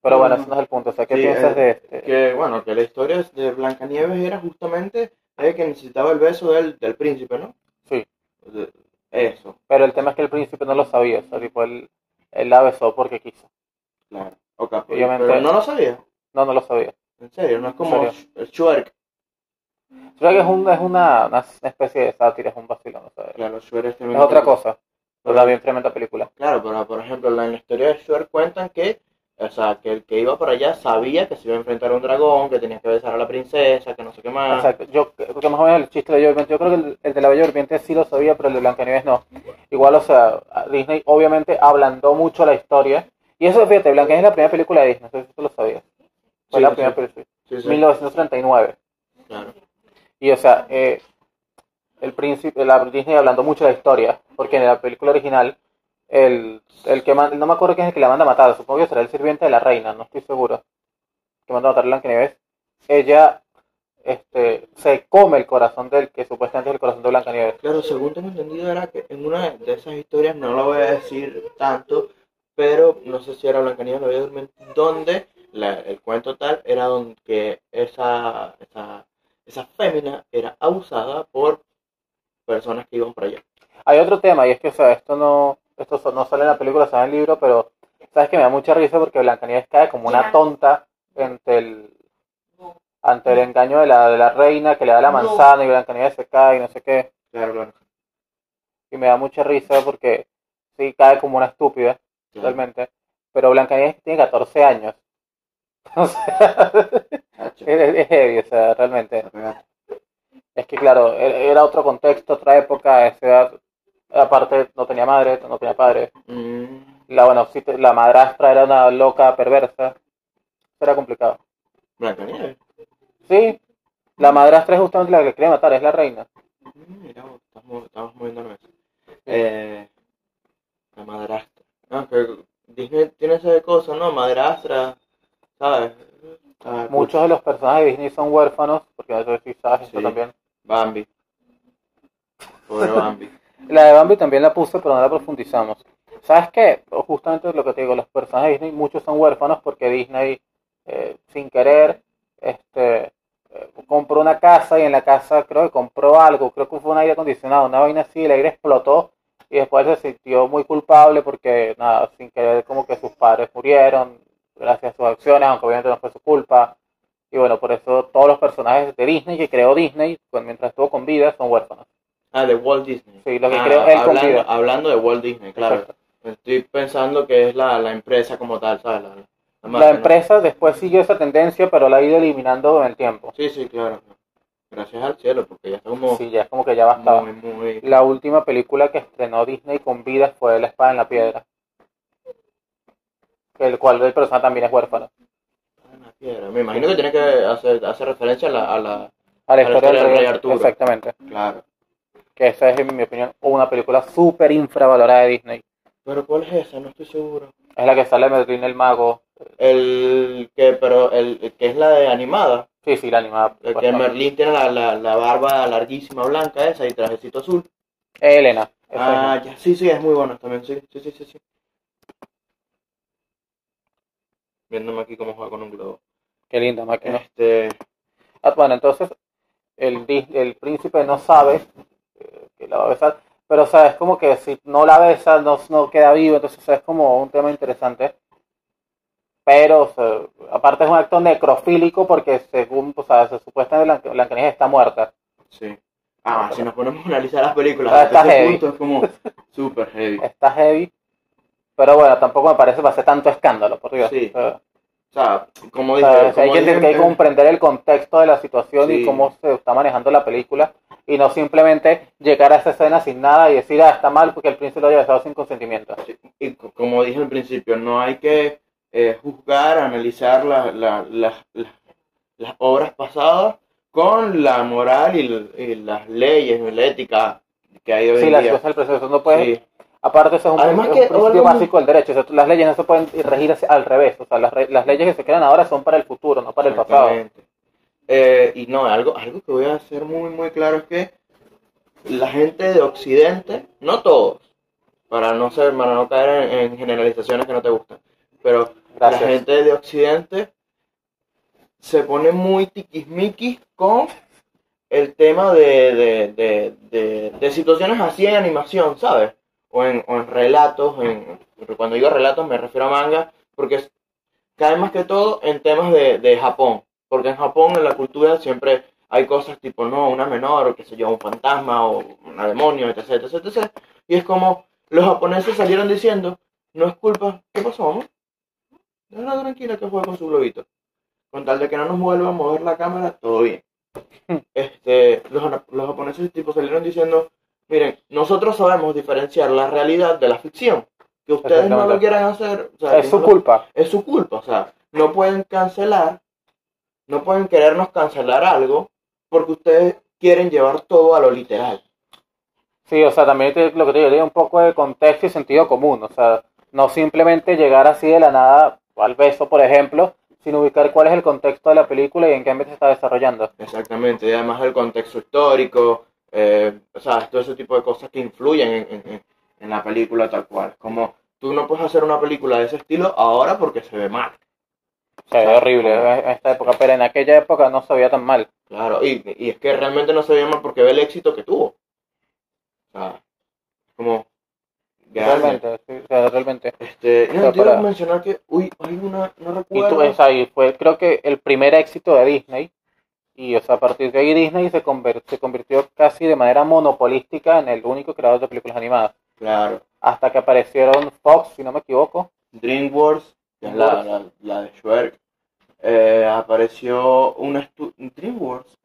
S1: Pero bueno,
S2: Mm.
S1: ese no es el punto. O sea, ¿qué
S2: Sí,
S1: piensas
S2: eh,
S1: de este?
S2: Que bueno, que la historia de Blancanieves era justamente eh, que necesitaba el beso del, del príncipe, ¿no?
S1: Sí.
S2: De- Eso,
S1: Pero el tema es que el príncipe no lo sabía. O sea, tipo, él, él la besó porque quiso.
S2: claro. Ok, pues,
S1: Obviamente.
S2: Pero no lo sabía.
S1: No, no lo sabía.
S2: En serio, no es como
S1: En
S2: Sh- el Shrek.
S1: Creo que es, un- es una, una especie de sátira, es un vacilón. o sea,
S2: Claro, Shrek es
S1: es
S2: tremendo.
S1: otra cosa. Pero bien tremenda película.
S2: Claro, pero por ejemplo, la- en la historia de Shrek cuentan que, o sea, que el que iba para allá sabía que se iba a enfrentar a un dragón, que tenía que besar a la princesa, que no sé qué más.
S1: Exacto. Yo, porque más o menos el chiste de la Bella Durmiente, yo creo que el, el de la Bella Durmiente sí lo sabía, pero el de Blancanieves no. Igual, o sea, Disney obviamente ablandó mucho la historia. Y eso, fíjate, Blancanieves es la primera película de Disney, no sé si tú lo sabías. Fue
S2: Sí,
S1: la
S2: sí.
S1: primera película,
S2: Sí, sí,
S1: 1939.
S2: claro.
S1: Y, o sea, eh, el príncipe, la Disney ablandó mucho la historia, porque en la película original, el, el que man- no me acuerdo quién es el que la manda a matar, supongo que será el sirviente de la reina, no estoy seguro, que manda a matar a Blancanieves, ella este, se come el corazón del que supuestamente es el corazón de Blancanieves.
S2: Claro, según tengo entendido era que en una de esas historias, no lo voy a decir tanto, pero no sé si era Blancanieves o la Bella Durmiente, donde la- el cuento tal era donde que esa, esa, esa fémina era abusada por personas que iban para allá.
S1: Hay otro tema, y es que, o sea, esto no, esto so- no sale en la película, sale en el libro, pero sabes que me da mucha risa porque Blancanieves cae como una tonta ante el ante el engaño de la, de la reina que le da la
S2: No.
S1: manzana y Blancanieves se cae y no sé qué.
S2: Claro, claro.
S1: Y me da mucha risa porque sí cae como una estúpida,
S2: claro.
S1: realmente. Pero Blancanieves tiene 14 años. O sea,
S2: Cacho,
S1: es, es heavy, o sea, realmente.
S2: la cagaste.
S1: Es que claro, era era otro contexto, otra época, a esa edad, aparte no tenía madre, no tenía padre.
S2: Mm.
S1: La, bueno, sí, te- la madrastra era una loca perversa. Era complicado.
S2: Blancanieves.
S1: Sí, la madrastra es justamente la que quiere matar, es la reina.
S2: Mm, Mira, vos, estás mo- estamos moviendo la mesa. Eh, la madrastra. No, que Disney tiene esa cosa, ¿no? Madrastra, ¿sabes? Ah,
S1: Muchos de los personajes de Disney son huérfanos, porque no sé si sabes esto
S2: Sí.
S1: también.
S2: Bambi. Pobre Bambi.
S1: La de Bambi también la puse, pero no la profundizamos. ¿Sabes qué? O Justamente lo que te digo, los personajes de Disney, muchos son huérfanos porque Disney, eh, sin querer, este, eh, compró una casa y en la casa creo que compró algo, creo que fue un aire acondicionado, una vaina así, el aire explotó y después se sintió muy culpable porque, nada, sin querer, como que sus padres murieron gracias a sus acciones, aunque obviamente no fue su culpa. Y bueno, por eso todos los personajes de Disney que creó Disney cuando- mientras estuvo con vida son huérfanos.
S2: Ah, de Walt Disney.
S1: Sí, lo que
S2: Ah,
S1: creo él con
S2: hablando,
S1: vida.
S2: hablando de Walt Disney, claro.
S1: Exacto.
S2: Estoy pensando que es la, la empresa como tal, ¿sabes? La, la marca,
S1: La
S2: ¿no?
S1: empresa después siguió esa tendencia, pero la ha ido eliminando en el tiempo.
S2: Sí, sí, claro. Gracias al cielo, porque ya está como
S1: Sí, ya es como que ya bastaba.
S2: muy, muy...
S1: La última película que estrenó Disney con vida fue La espada en la piedra. El cual el personaje también es huérfano.
S2: Una piedra. Me imagino que tiene que hacer, hacer referencia a la, a la...
S1: A la historia
S2: la
S1: del
S2: historia del
S1: rey,
S2: rey Arturo.
S1: Exactamente.
S2: Claro.
S1: Que esa es, en mi opinión, una película súper infravalorada de Disney.
S2: Pero ¿cuál es esa? No estoy seguro.
S1: Es la que sale Merlín el Mago.
S2: El que, pero el el que es la de animada.
S1: Sí, sí, la animada. por
S2: El que
S1: supuesto.
S2: Merlín tiene la, la, la barba larguísima blanca esa y trajecito azul.
S1: Elena. esa misma.
S2: Ah, ya, sí, sí, es muy bueno también, sí, sí, sí, sí, sí. Viéndome aquí cómo juega con un globo.
S1: Qué linda máquina.
S2: Este,
S1: Ah, bueno, entonces el, di- el príncipe no sabe eh, que la va a besar, pero o sea, es como que si no la besa no, no queda vivo, entonces o sea, es como un tema interesante. Pero o sea, aparte es un acto necrofílico porque según, o sea, se supuesta que Blanca- Blancanieves está muerta.
S2: sí. Ah, si nos ponemos a analizar las películas
S1: Ah,
S2: hasta
S1: está
S2: ese
S1: heavy.
S2: punto es como super heavy.
S1: Está heavy, pero bueno, tampoco me parece va a ser tanto escándalo, por Dios.
S2: Sí.
S1: O sea,
S2: O sea,
S1: Ah,
S2: como
S1: o
S2: dice,
S1: sea, hay
S2: como
S1: que,
S2: dicen,
S1: hay que
S2: eh,
S1: comprender el contexto de la situación y
S2: Sí.
S1: cómo se está manejando la película y no simplemente llegar a esa escena sin nada y decir, ah, está mal porque el príncipe lo haya besado sin consentimiento.
S2: Sí, Y co- como dije al principio, no hay que eh, juzgar, analizar la- la- la- la- las obras pasadas con la moral y, l- y las leyes, la ética que hay hoy
S1: Sí,
S2: en
S1: las
S2: día.
S1: cosas del proceso no pueden...
S2: Sí.
S1: Aparte, eso es un,
S2: Además
S1: es un
S2: que-
S1: principio
S2: algo-
S1: básico del derecho. O sea, tú- las leyes no se pueden regir hacia- al revés. O sea, las, re- las leyes que se crean ahora son para el futuro, no para el pasado.
S2: Exactamente. Eh, y no, algo, algo que voy a hacer muy, muy claro es que la gente de Occidente, no todos, para no ser, para no caer en, en generalizaciones que no te gustan, pero la
S1: Gracias.
S2: gente de Occidente se pone muy tiquismiquis con el tema de, de, de- de- de situaciones así en animación, ¿sabes? O en, o en relatos, en, cuando digo relatos me refiero a manga, porque es- cae más que todo en temas de, de Japón, porque en Japón en la cultura siempre hay cosas tipo, no, una menor, o qué sé yo, un fantasma, o un demonio, etc, etc, etc. Y es como los japoneses salieron diciendo, no es culpa, ¿qué pasó, mamá? No, no, tranquila, que juegue con su globito. Con tal de que no nos vuelva a mover la cámara, todo bien. Este, los, jana- los japoneses tipo salieron diciendo, miren, nosotros sabemos diferenciar la realidad de la ficción. Que ustedes no lo
S1: Exactamente.
S2: quieran hacer, o sea, que
S1: Es su
S2: no-
S1: culpa.
S2: es su culpa, o sea, no pueden cancelar, no pueden querernos cancelar algo porque ustedes quieren llevar todo a lo literal.
S1: Sí, o sea, también te- lo que te digo, tiene un poco de contexto y sentido común. O sea, no simplemente llegar así de la nada al beso, por ejemplo, sin ubicar cuál es el contexto de la película y en qué ambiente se está desarrollando.
S2: Exactamente, y además del contexto histórico, eh, o sea, todo ese tipo de cosas que influyen en, en- en- en la película tal cual. Como tú no puedes hacer una película de ese estilo ahora porque se ve mal.
S1: Se ve horrible en esta época, pero en aquella época no se veía tan mal.
S2: Claro, y, y es que realmente no se ve mal porque ve el éxito que tuvo. O sea, como... gracias.
S1: Realmente, sí, o sea, realmente.
S2: Este,
S1: Pero
S2: no, te iba
S1: para-
S2: a mencionar que, uy, hay una, no
S1: Y
S2: recuerdo.
S1: tú, o sea, y fue creo que el primer éxito de Disney. Y o sea, a partir de ahí Disney se, conver- se convirtió casi de manera monopolística en el único creador de películas animadas.
S2: Claro,
S1: Hasta que aparecieron Fox, si no me equivoco.
S2: DreamWorks, que es la, la, la de Shrek, eh, apareció una... estu- DreamWorks.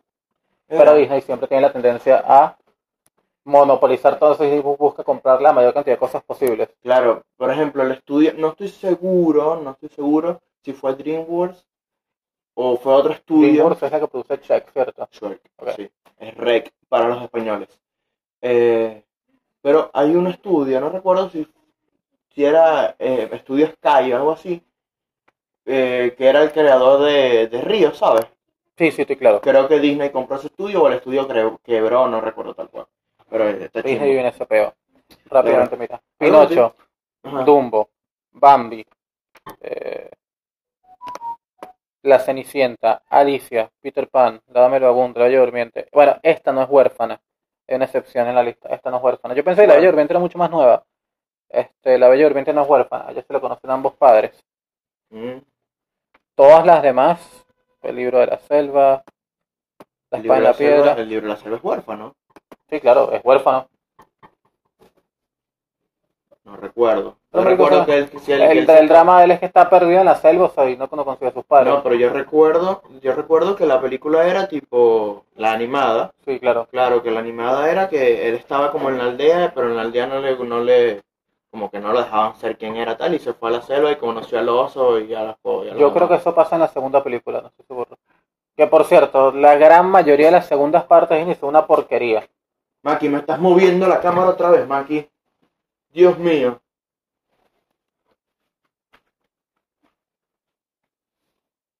S1: Pero
S2: Era-
S1: Disney siempre tiene la tendencia a monopolizar todo eso y bu- busca comprar la mayor cantidad de cosas posibles.
S2: Claro, por ejemplo, el estudio, no estoy seguro, no estoy seguro si fue DreamWorks o fue otro estudio.
S1: DreamWorks es la que produce Shrek, ¿cierto?
S2: Shrek,
S1: Ok.
S2: sí, es Rec para los españoles. Eh, pero hay un estudio, no recuerdo si, si era eh, Estudio Sky o algo así, eh, que era el creador de, de Río, ¿sabes?
S1: Sí, sí, estoy claro.
S2: Creo que Disney compró su estudio o el estudio cre- quebró, no recuerdo tal cual. Pero eh, está
S1: Disney
S2: chimbo.
S1: vive en ese peo. Rápidamente, mira.
S2: Algo
S1: Pinocho.
S2: Ajá.
S1: Dumbo, Bambi, eh, La Cenicienta, Alicia, Peter Pan, La Dama y el Vagabundo, La Bella Durmiente. Bueno, esta no es huérfana, es una excepción en la lista, esta no es huérfana. Yo pensé que La Bella Durmiente era mucho más nueva. Este, la Bella Durmiente no es huérfana, ya se lo conocen ambos padres.
S2: Mm.
S1: Todas las demás, El Libro de la Selva, La
S2: El libro
S1: Espada
S2: de
S1: en
S2: la
S1: la
S2: selva-
S1: Piedra.
S2: el libro de la selva es huérfano,
S1: Sí, claro, es huérfano.
S2: no recuerdo. No
S1: No, marico,
S2: recuerdo
S1: o sea,
S2: que él, que si él- que él
S1: El,
S2: se-
S1: el drama de él es que está perdido en la selva, o sea, y no no consigue a sus padres.
S2: No, pero yo recuerdo, yo recuerdo que la película era tipo la animada.
S1: Sí, claro.
S2: Claro, que la animada era que él estaba como en la aldea, pero en la aldea no le, no le, como que no lo dejaban ser quien era tal, y se fue a la selva y conoció al oso y a las co- y a los
S1: Yo creo que
S2: demás.
S1: eso pasa en la segunda película, no estoy seguro. Que por cierto, la gran mayoría de las segundas partes de Disney son una porquería.
S2: Maki, me estás moviendo la cámara otra vez, Maki. Dios mío.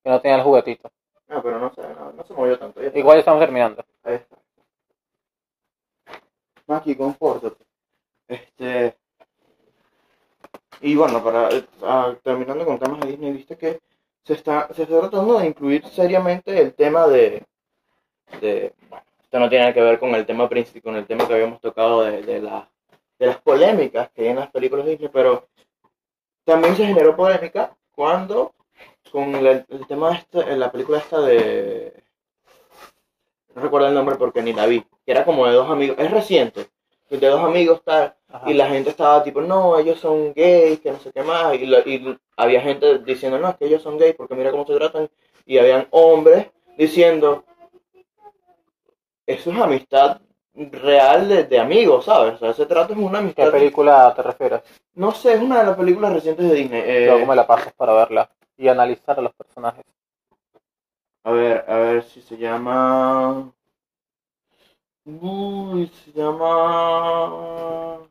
S1: Que no tenía el juguetito.
S2: No, Ah, pero no se, no, no se movió tanto. ya está.
S1: Igual estamos terminando.
S2: Ahí está. Maki, confórtate. Este. Y bueno, para eh, ah, terminando con temas de Disney, viste que se está, se está tratando de incluir seriamente el tema de. de bueno, esto no tiene nada que ver con el tema principal, con el tema que habíamos tocado de, de, la- de las polémicas que hay en las películas Disney, pero también se generó polémica cuando con el, el tema este, en la película esta de no recuerdo el nombre porque ni la vi, que era como de dos amigos, es reciente, de dos amigos tal, y la gente estaba tipo, no, ellos son gays, que no sé qué más, y, la- y había gente diciendo, no, es que ellos son gays porque mira cómo se tratan, y habían hombres diciendo, eso es amistad real de, de amigos, ¿sabes? O sea, ese trato es una
S1: ¿Qué
S2: amistad.
S1: película te refieres?
S2: No sé, es una de las películas recientes de Disney. eh,
S1: Luego me la pasas para verla y analizar a los personajes.
S2: A ver, a ver si se llama. Uy, se llama.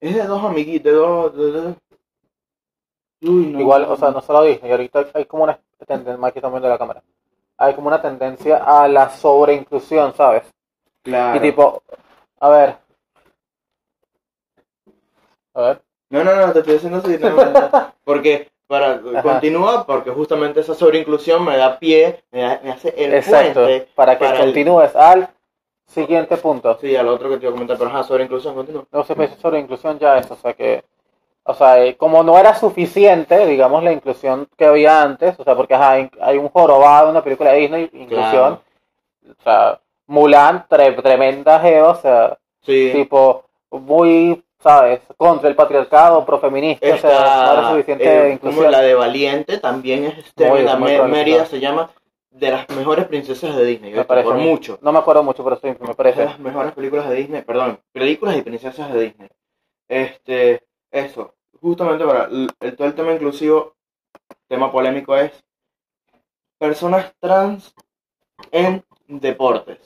S2: Es de dos amiguitos, de dos. de dos- Uy, no.
S1: Igual, o sea, no solo Disney, ahorita hay como una tendencia, Mike está viendo la cámara, hay como una tendencia a la sobreinclusión, ¿sabes?
S2: Claro.
S1: Y tipo, a ver, a ver,
S2: No, no, no, te estoy diciendo así. no, no, no. Porque, para, continúa, porque justamente esa sobreinclusión me da pie, me, da- me hace el
S1: exacto,
S2: puente.
S1: para que
S2: para el-
S1: continúes al siguiente punto.
S2: Sí, al otro que te iba a comentar, pero ajá, sobreinclusión, continúa.
S1: No se pensó sobre inclusión ya es, o sea que, o sea, eh, como no era suficiente, digamos, la inclusión que había antes, o sea, porque ajá, in- hay un jorobado, una película de Disney, inclusión,
S2: Claro.
S1: o sea, Mulan, tre- tremenda geo, o sea,
S2: Sí.
S1: tipo, muy, ¿sabes?, contra el patriarcado, profeminista, o sea, no era
S2: Esta,
S1: suficiente
S2: eh, como
S1: inclusión.
S2: la de Valiente también es este,
S1: Muy-
S2: la
S1: muy
S2: Me-
S1: probable,
S2: Mérida
S1: claro.
S2: se llama de las mejores princesas de Disney,
S1: Me
S2: ¿oíste?
S1: parece
S2: por
S1: a mí.
S2: mucho.
S1: No me acuerdo mucho, pero sí, me
S2: Es de
S1: parece.
S2: las mejores películas de Disney, perdón, películas y princesas de Disney. Este, eso, justamente para el, el- todo el tema inclusivo, tema polémico es personas trans en deportes.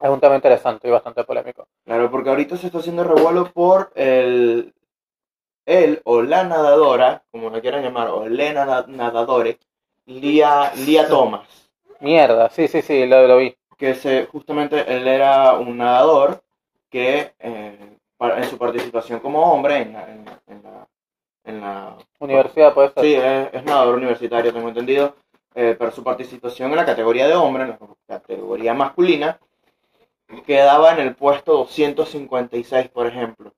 S1: Es un tema interesante y bastante polémico.
S2: Claro, porque ahorita se está haciendo revuelo por el, él o la nadadora, como la quieran llamar, o le nada- nadadore, Lía, Lía Thomas,
S1: Mierda, sí, sí, sí, lo, lo vi.
S2: que se, justamente él era un nadador que eh, para- en su participación como hombre en la... En, en la, en la-
S1: Universidad pues, puede ser.
S2: sí, es, es nadador universitario, tengo entendido, eh, pero su participación en la categoría de hombre, en la categoría masculina, quedaba en el puesto 256, por ejemplo.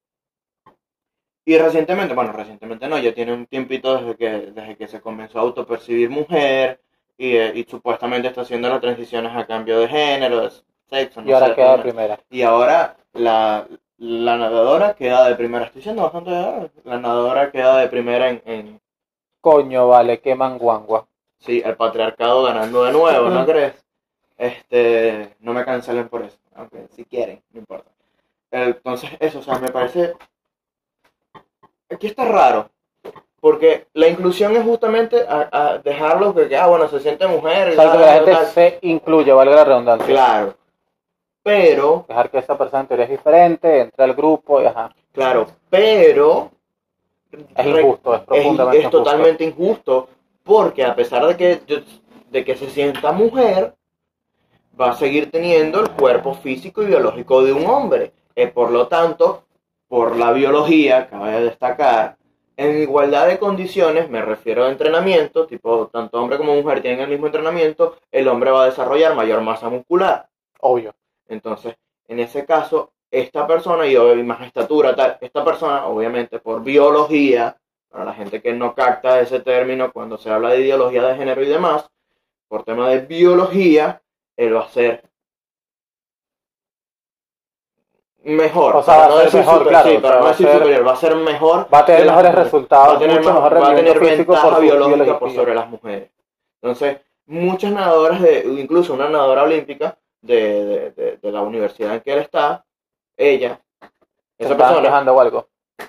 S2: Y recientemente, bueno, recientemente no, ya tiene un tiempito desde que, desde que se comenzó a autopercibir mujer y, eh, y supuestamente está haciendo las transiciones a cambio de género, de sexo, no
S1: y ahora
S2: sé,
S1: queda de
S2: no-
S1: primera.
S2: y ahora la, la nadadora queda de primera. Estoy siendo bastante... La nadadora queda de primera en- en,
S1: Coño, vale, qué manguangua.
S2: Sí, el patriarcado ganando de nuevo, ¿no crees? Este, no me cancelen por eso, aunque si quieren, no importa. Entonces, eso, o sea, me parece... Aquí está raro, porque la inclusión es justamente a, a dejarlos de que, ah, bueno, se siente mujer,
S1: O
S2: y
S1: sea, que la
S2: tal,
S1: gente
S2: tal,
S1: se incluye, valga la redundancia.
S2: tal. claro. Pero,
S1: Dejar que esa persona en teoría es diferente, entre al grupo y ajá.
S2: claro, pero...
S1: Es injusto, es
S2: es,
S1: profundamente
S2: es
S1: injusto.
S2: totalmente injusto porque a pesar de que, yo- de que se sienta mujer, va a seguir teniendo el cuerpo físico y biológico de un hombre. Eh, por lo tanto, por la biología, cabe destacar, en igualdad de condiciones, me refiero a entrenamiento, tipo, tanto hombre como mujer tienen el mismo entrenamiento, el hombre va a desarrollar mayor masa muscular.
S1: Obvio.
S2: Entonces, en ese caso, esta persona, y obviamente más estatura, tal, esta persona, obviamente, por biología, para la gente que no capta ese término cuando se habla de ideología de género y demás, por tema de biología, él va a ser mejor.
S1: O sea, va
S2: para
S1: a
S2: no
S1: ser
S2: decir
S1: mejor, claro,
S2: sí,
S1: o
S2: para
S1: sea,
S2: no
S1: va a
S2: decir
S1: ser-
S2: superior, va a ser mejor.
S1: Va a tener
S2: que la
S1: mejores
S2: mujer
S1: resultados,
S2: va a tener,
S1: mucho
S2: más-
S1: mejor
S2: va a
S1: rendimiento
S2: tener
S1: físico
S2: ventaja
S1: por su
S2: biológica
S1: biología.
S2: por sobre las mujeres. Entonces, muchas nadadoras, de, incluso una nadadora olímpica de, de- de- de la universidad en que él está, ella,
S1: Se
S2: esa
S1: están
S2: persona,
S1: quejando o algo.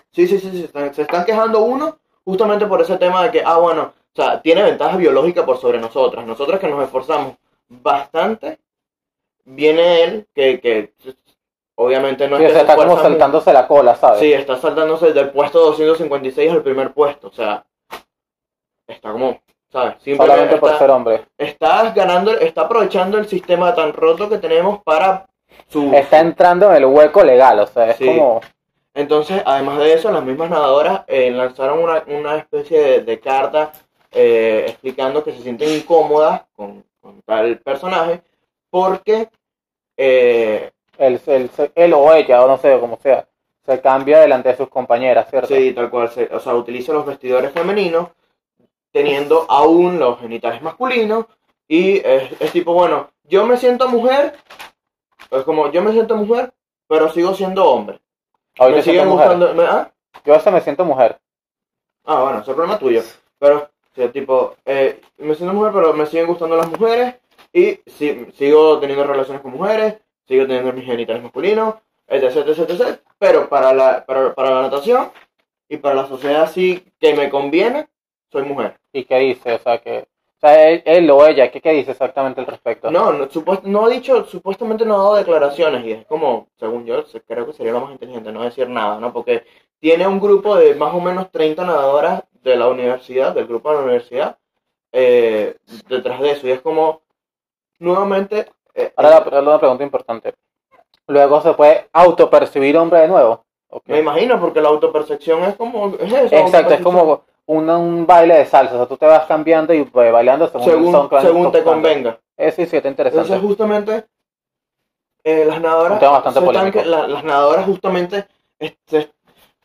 S2: sí, sí, sí, sí, se están, se están quejando uno justamente por ese tema de que, ah, bueno, o sea, tiene ventaja biológica por sobre nosotras, nosotras que nos esforzamos bastante, viene él que, que obviamente no
S1: Sí, o
S2: que
S1: sea, está como
S2: esfuerza mucho.
S1: saltándose la cola, ¿sabes?
S2: Sí, está saltándose del puesto 256 al primer puesto. O sea, está como, ¿sabes? Simplemente
S1: Solamente por
S2: está,
S1: ser hombre.
S2: está ganando, está aprovechando el sistema tan roto que tenemos para su...
S1: Está entrando en el hueco legal, o sea, es
S2: Sí.
S1: como...
S2: Entonces, además de eso, las mismas nadadoras eh, lanzaron una, una especie de, de carta eh, explicando que se sienten incómodas con, con tal personaje porque... eh,
S1: El, el, él o ella, o no sé, como sea, se cambia delante de sus compañeras, ¿cierto?
S2: Sí, tal cual. se- o sea, utiliza los vestidores femeninos teniendo aún los genitales masculinos. Y es, es tipo, bueno, yo me siento mujer, es como, yo me siento mujer, pero sigo siendo hombre.
S1: Hoy
S2: me
S1: me
S2: siguen
S1: siento mujer.
S2: gustando. me- ah,
S1: Yo a veces me siento mujer.
S2: ah, bueno, ese es problema tuyo. Pero sea, tipo, eh, me siento mujer, pero me siguen gustando las mujeres y si, sigo teniendo relaciones con mujeres, sigo teniendo mis genitales masculinos, etc, etc, etc. Pero para la, para, para la natación y para la sociedad así que me conviene, soy mujer.
S1: ¿Y qué dice? O sea, que, o sea él, él o ella, ¿qué, ¿qué dice exactamente al respecto?
S2: No, no, supuest- no ha dicho, supuestamente no ha dado declaraciones y es como, según yo, se- creo que sería lo más inteligente no decir nada, ¿no? Porque tiene un grupo de más o menos 30 nadadoras de la universidad, del grupo de la universidad, eh, detrás de eso y es como, nuevamente... eh,
S1: Ahora la- ahora una pregunta importante. Luego se puede autopercibir hombre de nuevo. Ok.
S2: Me imagino, porque la autopercepción es como... es eso,
S1: Exacto, es
S2: autopercepción.
S1: como una- un baile de salsa. O sea, tú te vas cambiando y pues, bailando según, el
S2: Según,
S1: son que van
S2: según te
S1: tocando.
S2: convenga.
S1: Eh, sí, sí, está interesante.
S2: Entonces, justamente, eh, las
S1: Un
S2: nadadoras.
S1: tema bastante
S2: se están
S1: polémico.
S2: que- la- las nadadoras, justamente, este,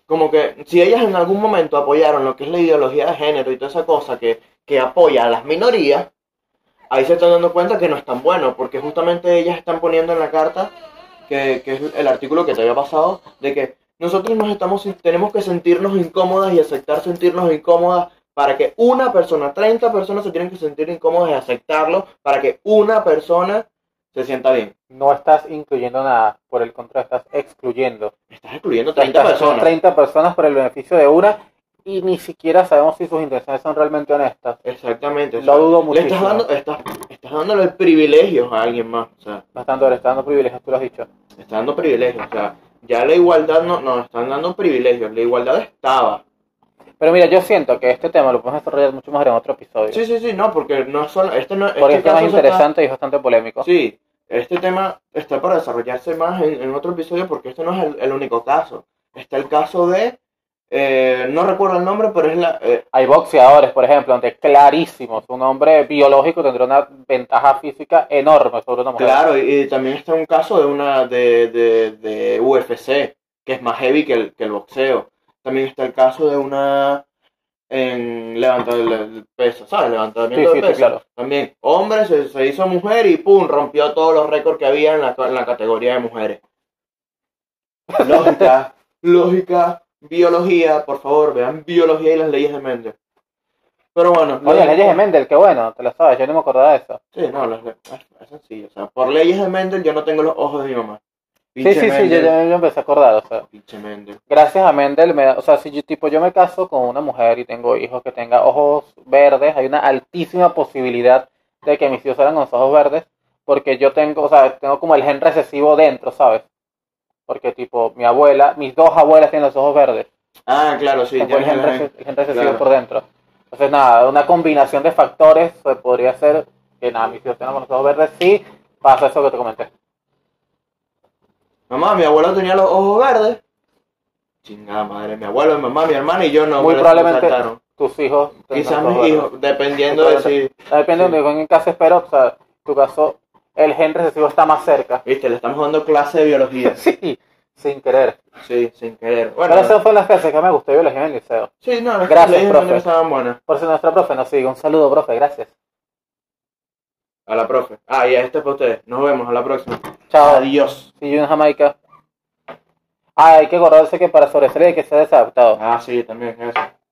S2: como que si ellas en algún momento apoyaron lo que es la ideología de género y toda esa cosa que, que apoya a las minorías, ahí se están dando cuenta que no es tan bueno, porque justamente ellas están poniendo en la carta, que, que es el artículo que te había pasado, de que nosotros nos estamos, tenemos que sentirnos incómodas y aceptar sentirnos incómodas para que una persona, 30 personas se tienen que sentir incómodas y aceptarlo para que una persona se sienta bien.
S1: No estás incluyendo nada, por el contrario, estás excluyendo.
S2: Estás excluyendo 30
S1: Estás- son
S2: personas.
S1: 30 personas por el beneficio de una y ni siquiera sabemos si sus intenciones son realmente honestas.
S2: Exactamente. o
S1: Lo
S2: sea,
S1: dudo
S2: le estás
S1: muchísimo.
S2: dando, estás, estás dándole privilegios a alguien más. O sea,
S1: Bastante, le está dando privilegios, tú lo has dicho.
S2: está dando privilegios. O sea, ya la igualdad no, no están dando privilegios. La igualdad estaba.
S1: Pero mira, yo siento que este tema lo podemos desarrollar mucho más en otro episodio.
S2: Sí, sí, sí, no, porque no es solo. Este no
S1: porque
S2: este
S1: el tema es
S2: caso se está-
S1: interesante y es bastante polémico.
S2: Sí, este tema está para desarrollarse más en, en otro episodio porque este no es el, el único caso. Está el caso de, eh, no recuerdo el nombre, pero es la... eh,
S1: Hay boxeadores, por ejemplo, donde clarísimos, un hombre biológico tendrá una ventaja física enorme sobre una mujer.
S2: claro, y, y también está un caso de una de, de, de UFC, que es más heavy que el, que el boxeo. También está el caso de una en levantamiento de peso, ¿sabes?
S1: Sí,
S2: Levantamiento
S1: sí,
S2: de
S1: sí,
S2: peso.
S1: claro.
S2: También, hombre se, se hizo mujer y pum, rompió todos los récords que había en la, en la categoría de mujeres. Lógica, lógica, biología, por favor, vean biología y las leyes de Mendel. Pero bueno,
S1: Oye, leyes de Mendel, qué bueno, te lo sabes, yo no me acordaba de eso.
S2: Sí, no, las leyes, es sencillo. O sea, por leyes de Mendel yo no tengo los ojos de mi mamá.
S1: Sí, sí, sí, yo,
S2: Mendel,
S1: yo- yo empecé a acordar, o sea.
S2: Pinche Mendel.
S1: gracias a Mendel, me da- o sea, si yo, tipo, yo me caso con una mujer y tengo hijos que tenga ojos verdes, hay una altísima posibilidad de que mis hijos salgan con los ojos verdes, porque yo tengo, o sea, tengo como el gen recesivo dentro, ¿sabes? Porque, tipo, mi abuela, mis dos abuelas tienen los ojos verdes,
S2: Ah, claro, sí,
S1: tengo el
S2: tienes
S1: gen,
S2: el gen.
S1: rece- el gen recesivo
S2: claro.
S1: por dentro. Entonces, nada, una combinación de factores eh, podría ser que, nada, mis hijos tengan los ojos verdes, sí, pasa eso que te comenté.
S2: Mamá, mi abuelo tenía los ojos verdes. Chingada madre, mi abuelo, mi mamá, mi hermana y yo no.
S1: Muy
S2: pero
S1: probablemente
S2: saltaron.
S1: tus hijos tengan los
S2: Quizás
S1: ojos
S2: mis
S1: verdes.
S2: hijos, dependiendo de si.
S1: Depende
S2: Sí.
S1: de en qué caso espero, o sea, tu caso, el gen recesivo está más cerca.
S2: Viste, le estamos dando clase de biología.
S1: Sí, sin querer.
S2: Sí, sin querer. Bueno,
S1: Pero esas fueron las clases que me gustó de biología en el liceo.
S2: sí, no, las
S1: Gracias,
S2: leyes de
S1: profe.
S2: Mendel estaban buenas.
S1: Por si nuestra profe nos sigue, un saludo, profe, gracias.
S2: A la profe. Ah, y a este es para ustedes. Nos vemos, a la próxima.
S1: Chao.
S2: Adiós.
S1: See you en Jamaica. Ah, hay que acordarse que para sobresalir hay que ser desadaptado.
S2: Ah, sí, también, eso.